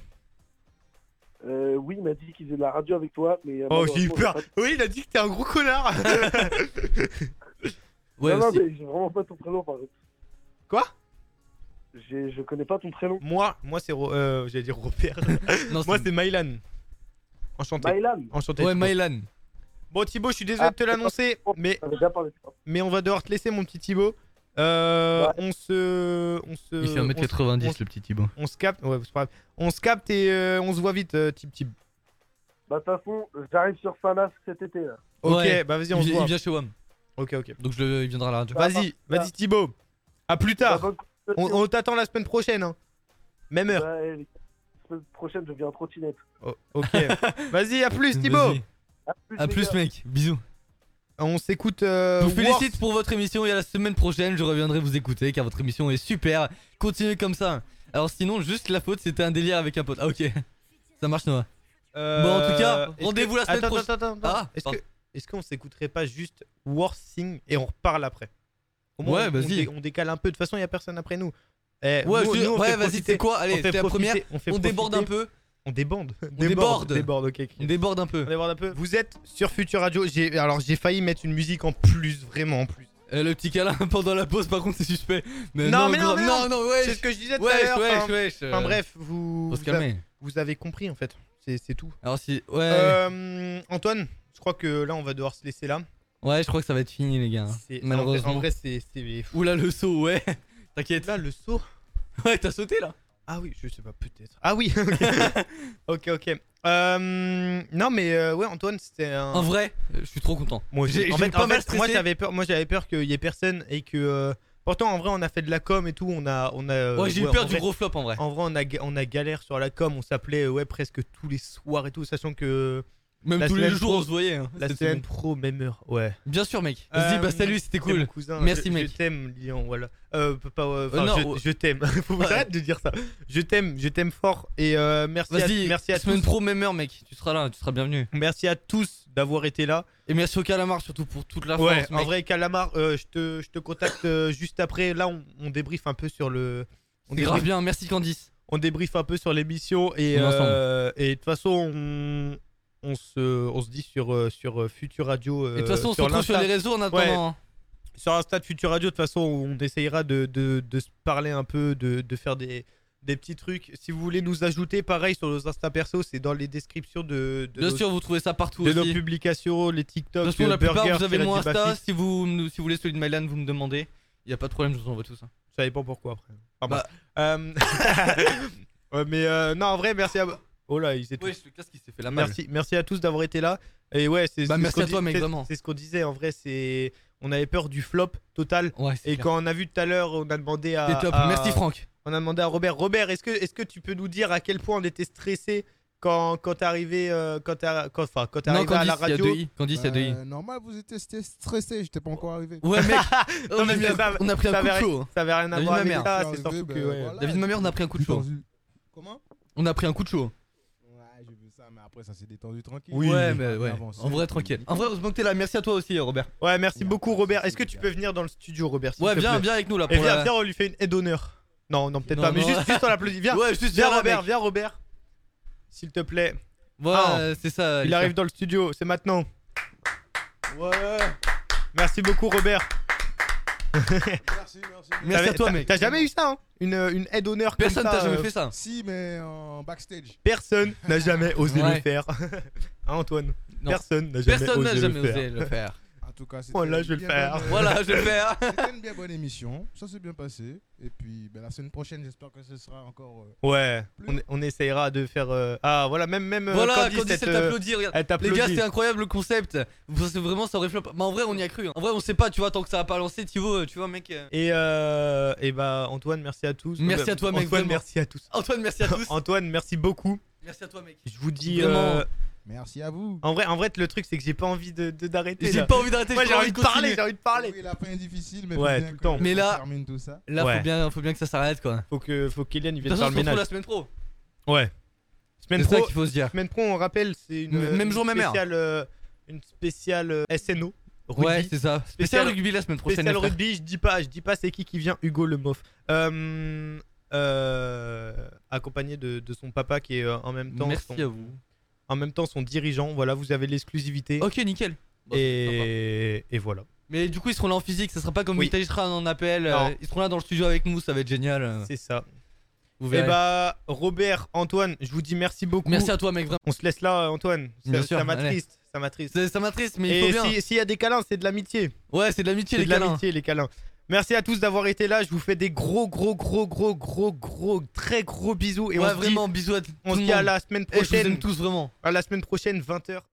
F: Euh, Oui, il m'a dit qu'il faisait de la radio avec toi, mais. euh,
C: Oh, j'ai eu
F: malheureusement,
C: peur.
F: j'ai pas-
C: Oui, il a dit que t'es un gros connard.
D: Ouais,
F: non, non,
D: aussi.
F: mais j'ai vraiment pas ton prénom, par contre.
C: Quoi
F: J'ai- Je connais pas ton prénom.
C: (laughs) moi, moi c'est, Ro- euh, j'allais dire
D: (laughs)
C: Robert.
D: Non,
C: moi c'est Mylan. Enchanté.
F: Mylan,
C: Enchanté.
D: Ouais,
C: Thibaut.
D: Mylan. Ah,
C: Bon Thibaut, je suis désolé de te l'annoncer, mais
F: j'avais déjà parlé de toi.
C: mais on va devoir te laisser mon petit Thibaut. Euh,
F: Ouais.
C: On se, on
D: Euh,
C: se, on se- on se-
D: le petit Thibaut.
C: on se capte. Ouais, c'est pas grave. On se capte et euh, on se voit vite, euh, Tib Tib.
F: Bah, de toute façon, j'arrive sur Sanas cet été, là.
C: Ok,
D: Ouais.
C: bah vas-y,
D: Il,
C: on se
D: il
C: voit.
D: vient chez WAM.
C: Ok, ok.
D: Donc je le- il viendra à la radio.
F: va,
C: Vas-y,
F: va.
C: vas-y Thibaut. À plus
F: Bah,
C: tard.
F: bonne
C: On,
F: continuation.
C: on t'attend la semaine prochaine. hein. Même heure.
F: Bah, eh, les gars, la semaine prochaine, je viens en trottinette.
C: Oh,
D: (laughs)
C: ok. Vas-y, à plus Thibaut.
D: Vas-y.
F: À plus,
D: À
F: les
D: plus,
F: gars.
D: mec. Bisous.
C: On s'écoute. euh,
D: Je vous
C: Worth.
D: félicite pour votre émission et à la semaine prochaine, je reviendrai vous écouter car votre émission est super. Continuez comme ça. Alors sinon, juste la faute, c'était un délire avec un pote. Ah, ok. Ça marche, Noah.
C: Euh,
D: Bon, en tout cas,
C: est-ce que-
D: rendez-vous la semaine
C: attends,
D: prochaine.
C: Attends, attends,
D: Ah,
C: attends. Est-ce
D: pardon.
C: que- Est-ce qu'on s'écouterait pas juste Worth Thing et on reparle après Au moins,
D: Ouais,
C: on-
D: vas-y.
C: on dé- On, décale un peu. De toute façon, il y a personne après nous. Eh,
D: Ouais,
C: nous-
D: je-
C: nous, on
D: ouais
C: fait
D: vas-y,
C: profiter-
D: c'est quoi Allez,
C: on fait
D: c'était la
C: profiter-
D: première.
C: On, fait
D: On déborde un
C: profiter-
D: peu.
C: On débande.
D: déborde.
C: Déborde, ok. écrit.
D: On déborde un peu.
C: On déborde un peu. Vous êtes sur Future Radio. J'ai- Alors, j'ai failli mettre une musique en plus, vraiment en plus.
D: Euh, le petit câlin (laughs) pendant la pause, par contre, c'est suspect.
C: Non, mais non,
D: grave.
C: mais non.
D: non, ouais.
C: C'est ce que je disais tout à
D: Ouais,
C: l'heure.
D: ouais,
C: enfin,
D: ouais.
C: Enfin, bref, vous,
D: euh, Faut se
C: vous, avez,
D: calmer.
C: vous avez compris en fait. C'est c'est tout.
D: Alors si. Ouais.
C: Euh, Antoine, je crois que là, on va devoir se laisser là.
D: Ouais, je crois que ça va être fini, les gars.
C: C'est-
D: Ah, Malheureusement.
C: En vrai, en vrai, c'est. c'est-
D: Oula, le saut, ouais. (laughs) T'inquiète.
C: Là, le saut.
D: Ouais, t'as sauté là.
C: Ah oui, je sais pas, peut-être. Ah oui, (laughs) ok. ok, ok. Euh, non, mais euh, ouais, Antoine, c'était un.
D: En vrai, euh, je suis trop content.
C: Moi,
D: j'ai-
C: en
D: j'ai
C: fait,
D: pas
C: en
D: mal
C: fait, moi
D: stressé.
C: j'avais peur, moi j'avais peur qu'il y ait personne et que. euh, Pourtant, en vrai, on a fait de la com et tout, on a, on a. euh,
D: Ouais, j'ai eu
C: ouais, en
D: peur du
C: vrai-
D: gros flop en vrai.
C: En vrai, on a, ga- on a galère sur la com, on s'appelait euh, ouais presque tous les soirs et tout, sachant que
D: Même
C: la
D: tous les
C: semaine
D: jours
C: pro-
D: on se voyait. hein,
C: la
D: cette
C: semaine
D: semaine.
C: pro même heure, ouais.
D: Bien sûr, mec. Vas-y,
C: Euh,
D: bah salut, c'était
C: T'es mon
D: cool.
C: cousin,
D: Merci,
C: je,
D: mec.
C: Je t'aime, Lyon, voilà. Euh, peut pas, euh, enfin,
D: Euh, non,
C: je,
D: ouais.
C: je t'aime. (laughs) Faut que
D: Ouais.
C: j'arrête de dire ça. Je t'aime, je t'aime fort et euh, merci à,
D: Vas-y,
C: merci à
D: semaine
C: tous.
D: pro, même heure, mec. Tu seras là, tu seras bienvenu.
C: Merci à tous d'avoir été là.
D: Et merci au calamar surtout pour toute la
C: Ouais,
D: force.
C: en
D: mec.
C: vrai, Calamar, euh, je te, je te contacte euh, juste après. Là, on, on débrief un peu sur le. On
D: C'est grave
C: débrief,
D: bien, merci Candice.
C: on débrief un peu sur l'émission et
D: On est
C: euh, et de toute façon, on, on se, on se dit sur euh, sur euh, Future Radio.
D: Et de toute
C: euh,
D: façon, on se
C: sur
D: retrouve sur
C: l'Insta-
D: les réseaux en attendant.
C: sur Insta de Future Radio, de toute façon, on essayera de, de, de se parler un peu, de, de faire des, des petits trucs. Si vous voulez nous ajouter, pareil, sur nos Insta perso, c'est dans les descriptions de, de,
D: Bien
C: nos,
D: sûr, vous trouvez ça partout
C: de nos
D: aussi.
C: publications, les TikTok,
D: De toute façon,
C: euh,
D: la plupart,
C: Burger,
D: vous avez mon
C: Tirati
D: Insta.
C: Baffi.
D: Si vous, nous- si vous voulez celui de Mylan, vous me demandez. Il a pas de problème, je vous envoie tout ça.
C: Je savais pas pourquoi après. Enfin,
D: Bah.
C: bref. Euh, (laughs) ouais, mais euh, non, en vrai, merci à. Oh là, il s'est
D: Ouais, le casque, il s'est fait la malle.
C: Merci, merci à tous d'avoir été là. Et ouais, c'est
D: Bah,
C: c'est
D: merci
C: qu'on
D: à toi,
C: dit-
D: mec,
C: c'est-
D: vraiment.
C: C'est ce qu'on disait en vrai, c'est on avait peur du flop total.
D: Ouais, c'est
C: Et
D: clair.
C: quand on a vu tout à l'heure, on a demandé à,
D: T'es top.
C: à-
D: Merci Franck.
C: on a demandé à Robert. Robert, est-ce que est-ce que tu peux nous dire à quel point on était stressé quand quand t'es arrivé euh, quand t'as- quand enfin quand t'es
D: Non,
C: arrivé à la
D: Candice, il y a deux
C: radio
D: i. Candice, il y a deux i.
E: Euh, normal, vous étiez st- stressé, j'étais pas encore arrivé.
D: Ouais, mec,
C: Non,
D: on, a
C: mais
D: mis
C: c'est
D: un-
C: ça,
D: on a pris un
C: ça
D: coup de
C: avait-
D: chaud. hein.
C: Ça avait rien à
D: La vie
C: voir
D: de ma
C: avec ça.
D: mère.
E: Je
C: Ah, C'est
E: suis
C: surtout
E: arrivé,
C: que
E: ben,
C: ouais.
E: voilà,
D: La vie de ma mère, on a pris un coup de chaud.
E: détendu. Comment
D: On a pris un coup de chaud.
E: Ouais, j'ai vu ça, mais après ça s'est détendu tranquille.
D: ouais, mais ouais.
E: Avancé,
D: En vrai, tranquille. En vrai, heureusement que t'es là. Merci à toi aussi, Robert.
C: Ouais, merci
E: Ouais,
C: beaucoup
E: ouais,
C: Robert.
E: c'est
C: Est-ce que
E: cool,
C: tu
E: les
C: peux venir dans le studio Robert s'il
D: Ouais,
C: te
D: viens,
C: plaît
D: viens avec nous là.
C: Et
D: Pour
C: viens,
D: la...
C: viens, on lui fait une aide d'honneur. Non, non, peut-être
D: Non,
C: pas, mais
D: non.
C: juste, juste on l'applaudit. Viens,
D: Ouais, juste
C: viens
D: viens,
C: Robert,
D: mec.
C: viens Robert. S'il te plaît.
D: Ouais, c'est ça.
C: Il
D: les
C: arrive dans le studio, c'est maintenant. Ouais. Merci beaucoup Robert.
E: Merci, merci.
D: Merci
C: T'avais-
D: à toi,
C: t'as-
D: mec.
C: T'as jamais eu ça, hein Une, une aide d'honneur comme ça.
D: Personne t'a jamais
C: euh,
D: fait ça.
E: Si, mais en backstage.
C: Personne n'a jamais osé
D: Ouais.
C: le faire. (laughs) hein Antoine
D: Non.
C: Personne n'a jamais
D: Personne
C: osé
D: n'a
C: le
D: jamais
C: faire.
D: osé le faire.
E: En tout cas, c'était.
C: Oh là, je vais
E: une
C: le
E: bien
C: faire.
E: bonne-
D: (laughs) Voilà, je vais le (laughs) faire.
E: C'était une bien bonne émission. Ça s'est bien passé. Et puis, ben, la semaine prochaine, j'espère que ce sera encore. euh,
C: Ouais, on, on essayera de faire... euh, Ah voilà, même... même euh,
D: Voilà,
C: Candice,
D: Candice, elle
C: elle te-
D: t'applaudit. regarde.
C: elle
D: Les gars,
C: t'applaudit.
D: c'était incroyable le concept. Parce que vraiment, ça aurait flop. Mais en vrai, on y a cru. hein. En vrai, on sait pas, tu vois, tant que ça a pas lancé, Thibaut, euh, tu vois, mec. euh,
C: Et, euh, et bah Antoine, merci à tous. Bah,
D: Merci à toi, mec,
C: Antoine,
D: vraiment.
C: merci à tous.
D: Antoine, merci (laughs) à tous.
C: Antoine, merci beaucoup.
D: merci à toi, mec.
C: Je vous dis.
D: Vraiment.
C: euh,
E: Merci à vous.
C: en vrai, en vrai, le truc c'est que j'ai pas envie de de- d'arrêter.
D: J'ai
C: là.
D: pas envie d'arrêter.
C: Moi j'ai envie de parler,
D: continuer.
C: j'ai envie de parler.
E: Oui, la fin est difficile, mais
C: Ouais,
E: faut bien
C: tout le
E: que
C: temps.
D: Mais
E: on
D: là-
E: termine tout ça.
D: Là,
C: Ouais.
D: faut, bien, faut bien que ça s'arrête, quoi.
C: Faut que faut qu'Eliane il
D: De
C: vienne
D: toute façon,
C: faire
D: on
C: le
D: se retrouve
C: ménage.
D: la semaine pro.
C: Ouais.
D: C'est
C: Semaine
D: ça
C: pro.
D: qu'il faut se dire.
C: Semaine pro, on rappelle, c'est une
D: M- même
C: une
D: jour, même heure.
C: spéciale, euh, une spéciale euh, SNO. rugby.
D: Ouais, c'est ça. Spécial
C: Spécial-
D: rugby la semaine prochaine.
C: spéciale
D: les frères.
C: rugby. Je dis pas, je dis pas c'est qui qui vient. Hugo Le Moff. Euh, euh, accompagné de, de son papa qui est euh, en même temps son,
D: Merci à vous.
C: en même temps son dirigeant voilà vous avez l'exclusivité
D: Ok, nickel. Bon, c'est sympa.
C: et, et voilà
D: Mais du coup, ils seront là en physique. Ça sera pas comme
C: Oui.
D: Vintage Run en appel.
C: Non.
D: euh, Ils seront là dans le studio avec nous. Ça va être génial. euh,
C: c'est ça
D: Vous
C: Eh
D: verrez.
C: bah, Robert, Antoine, je vous dis merci beaucoup.
D: Merci à toi, mec. Vraiment.
C: On se laisse là, euh, Antoine. Ça-
D: Bien sûr,
C: ça
D: allez.
C: m'attriste. Ça m'attriste.
D: C'est- Ça m'attriste, mais il faut
C: Et
D: bien.
C: si- s'il y a des câlins, c'est de l'amitié.
D: Ouais, c'est de l'amitié,
C: C'est
D: les
C: de
D: gars.
C: l'amitié, les câlins. Merci à tous d'avoir été là. Je vous fais des gros, gros, gros, gros, gros, gros, très gros bisous. Et
D: ouais,
C: on se dit,
D: vraiment, bisous à t- tout
C: on se
D: le
C: dit à
D: monde.
C: la semaine
D: Eh, je vous
C: prochaine.
D: aime tous, vraiment.
C: À la semaine prochaine, 20h.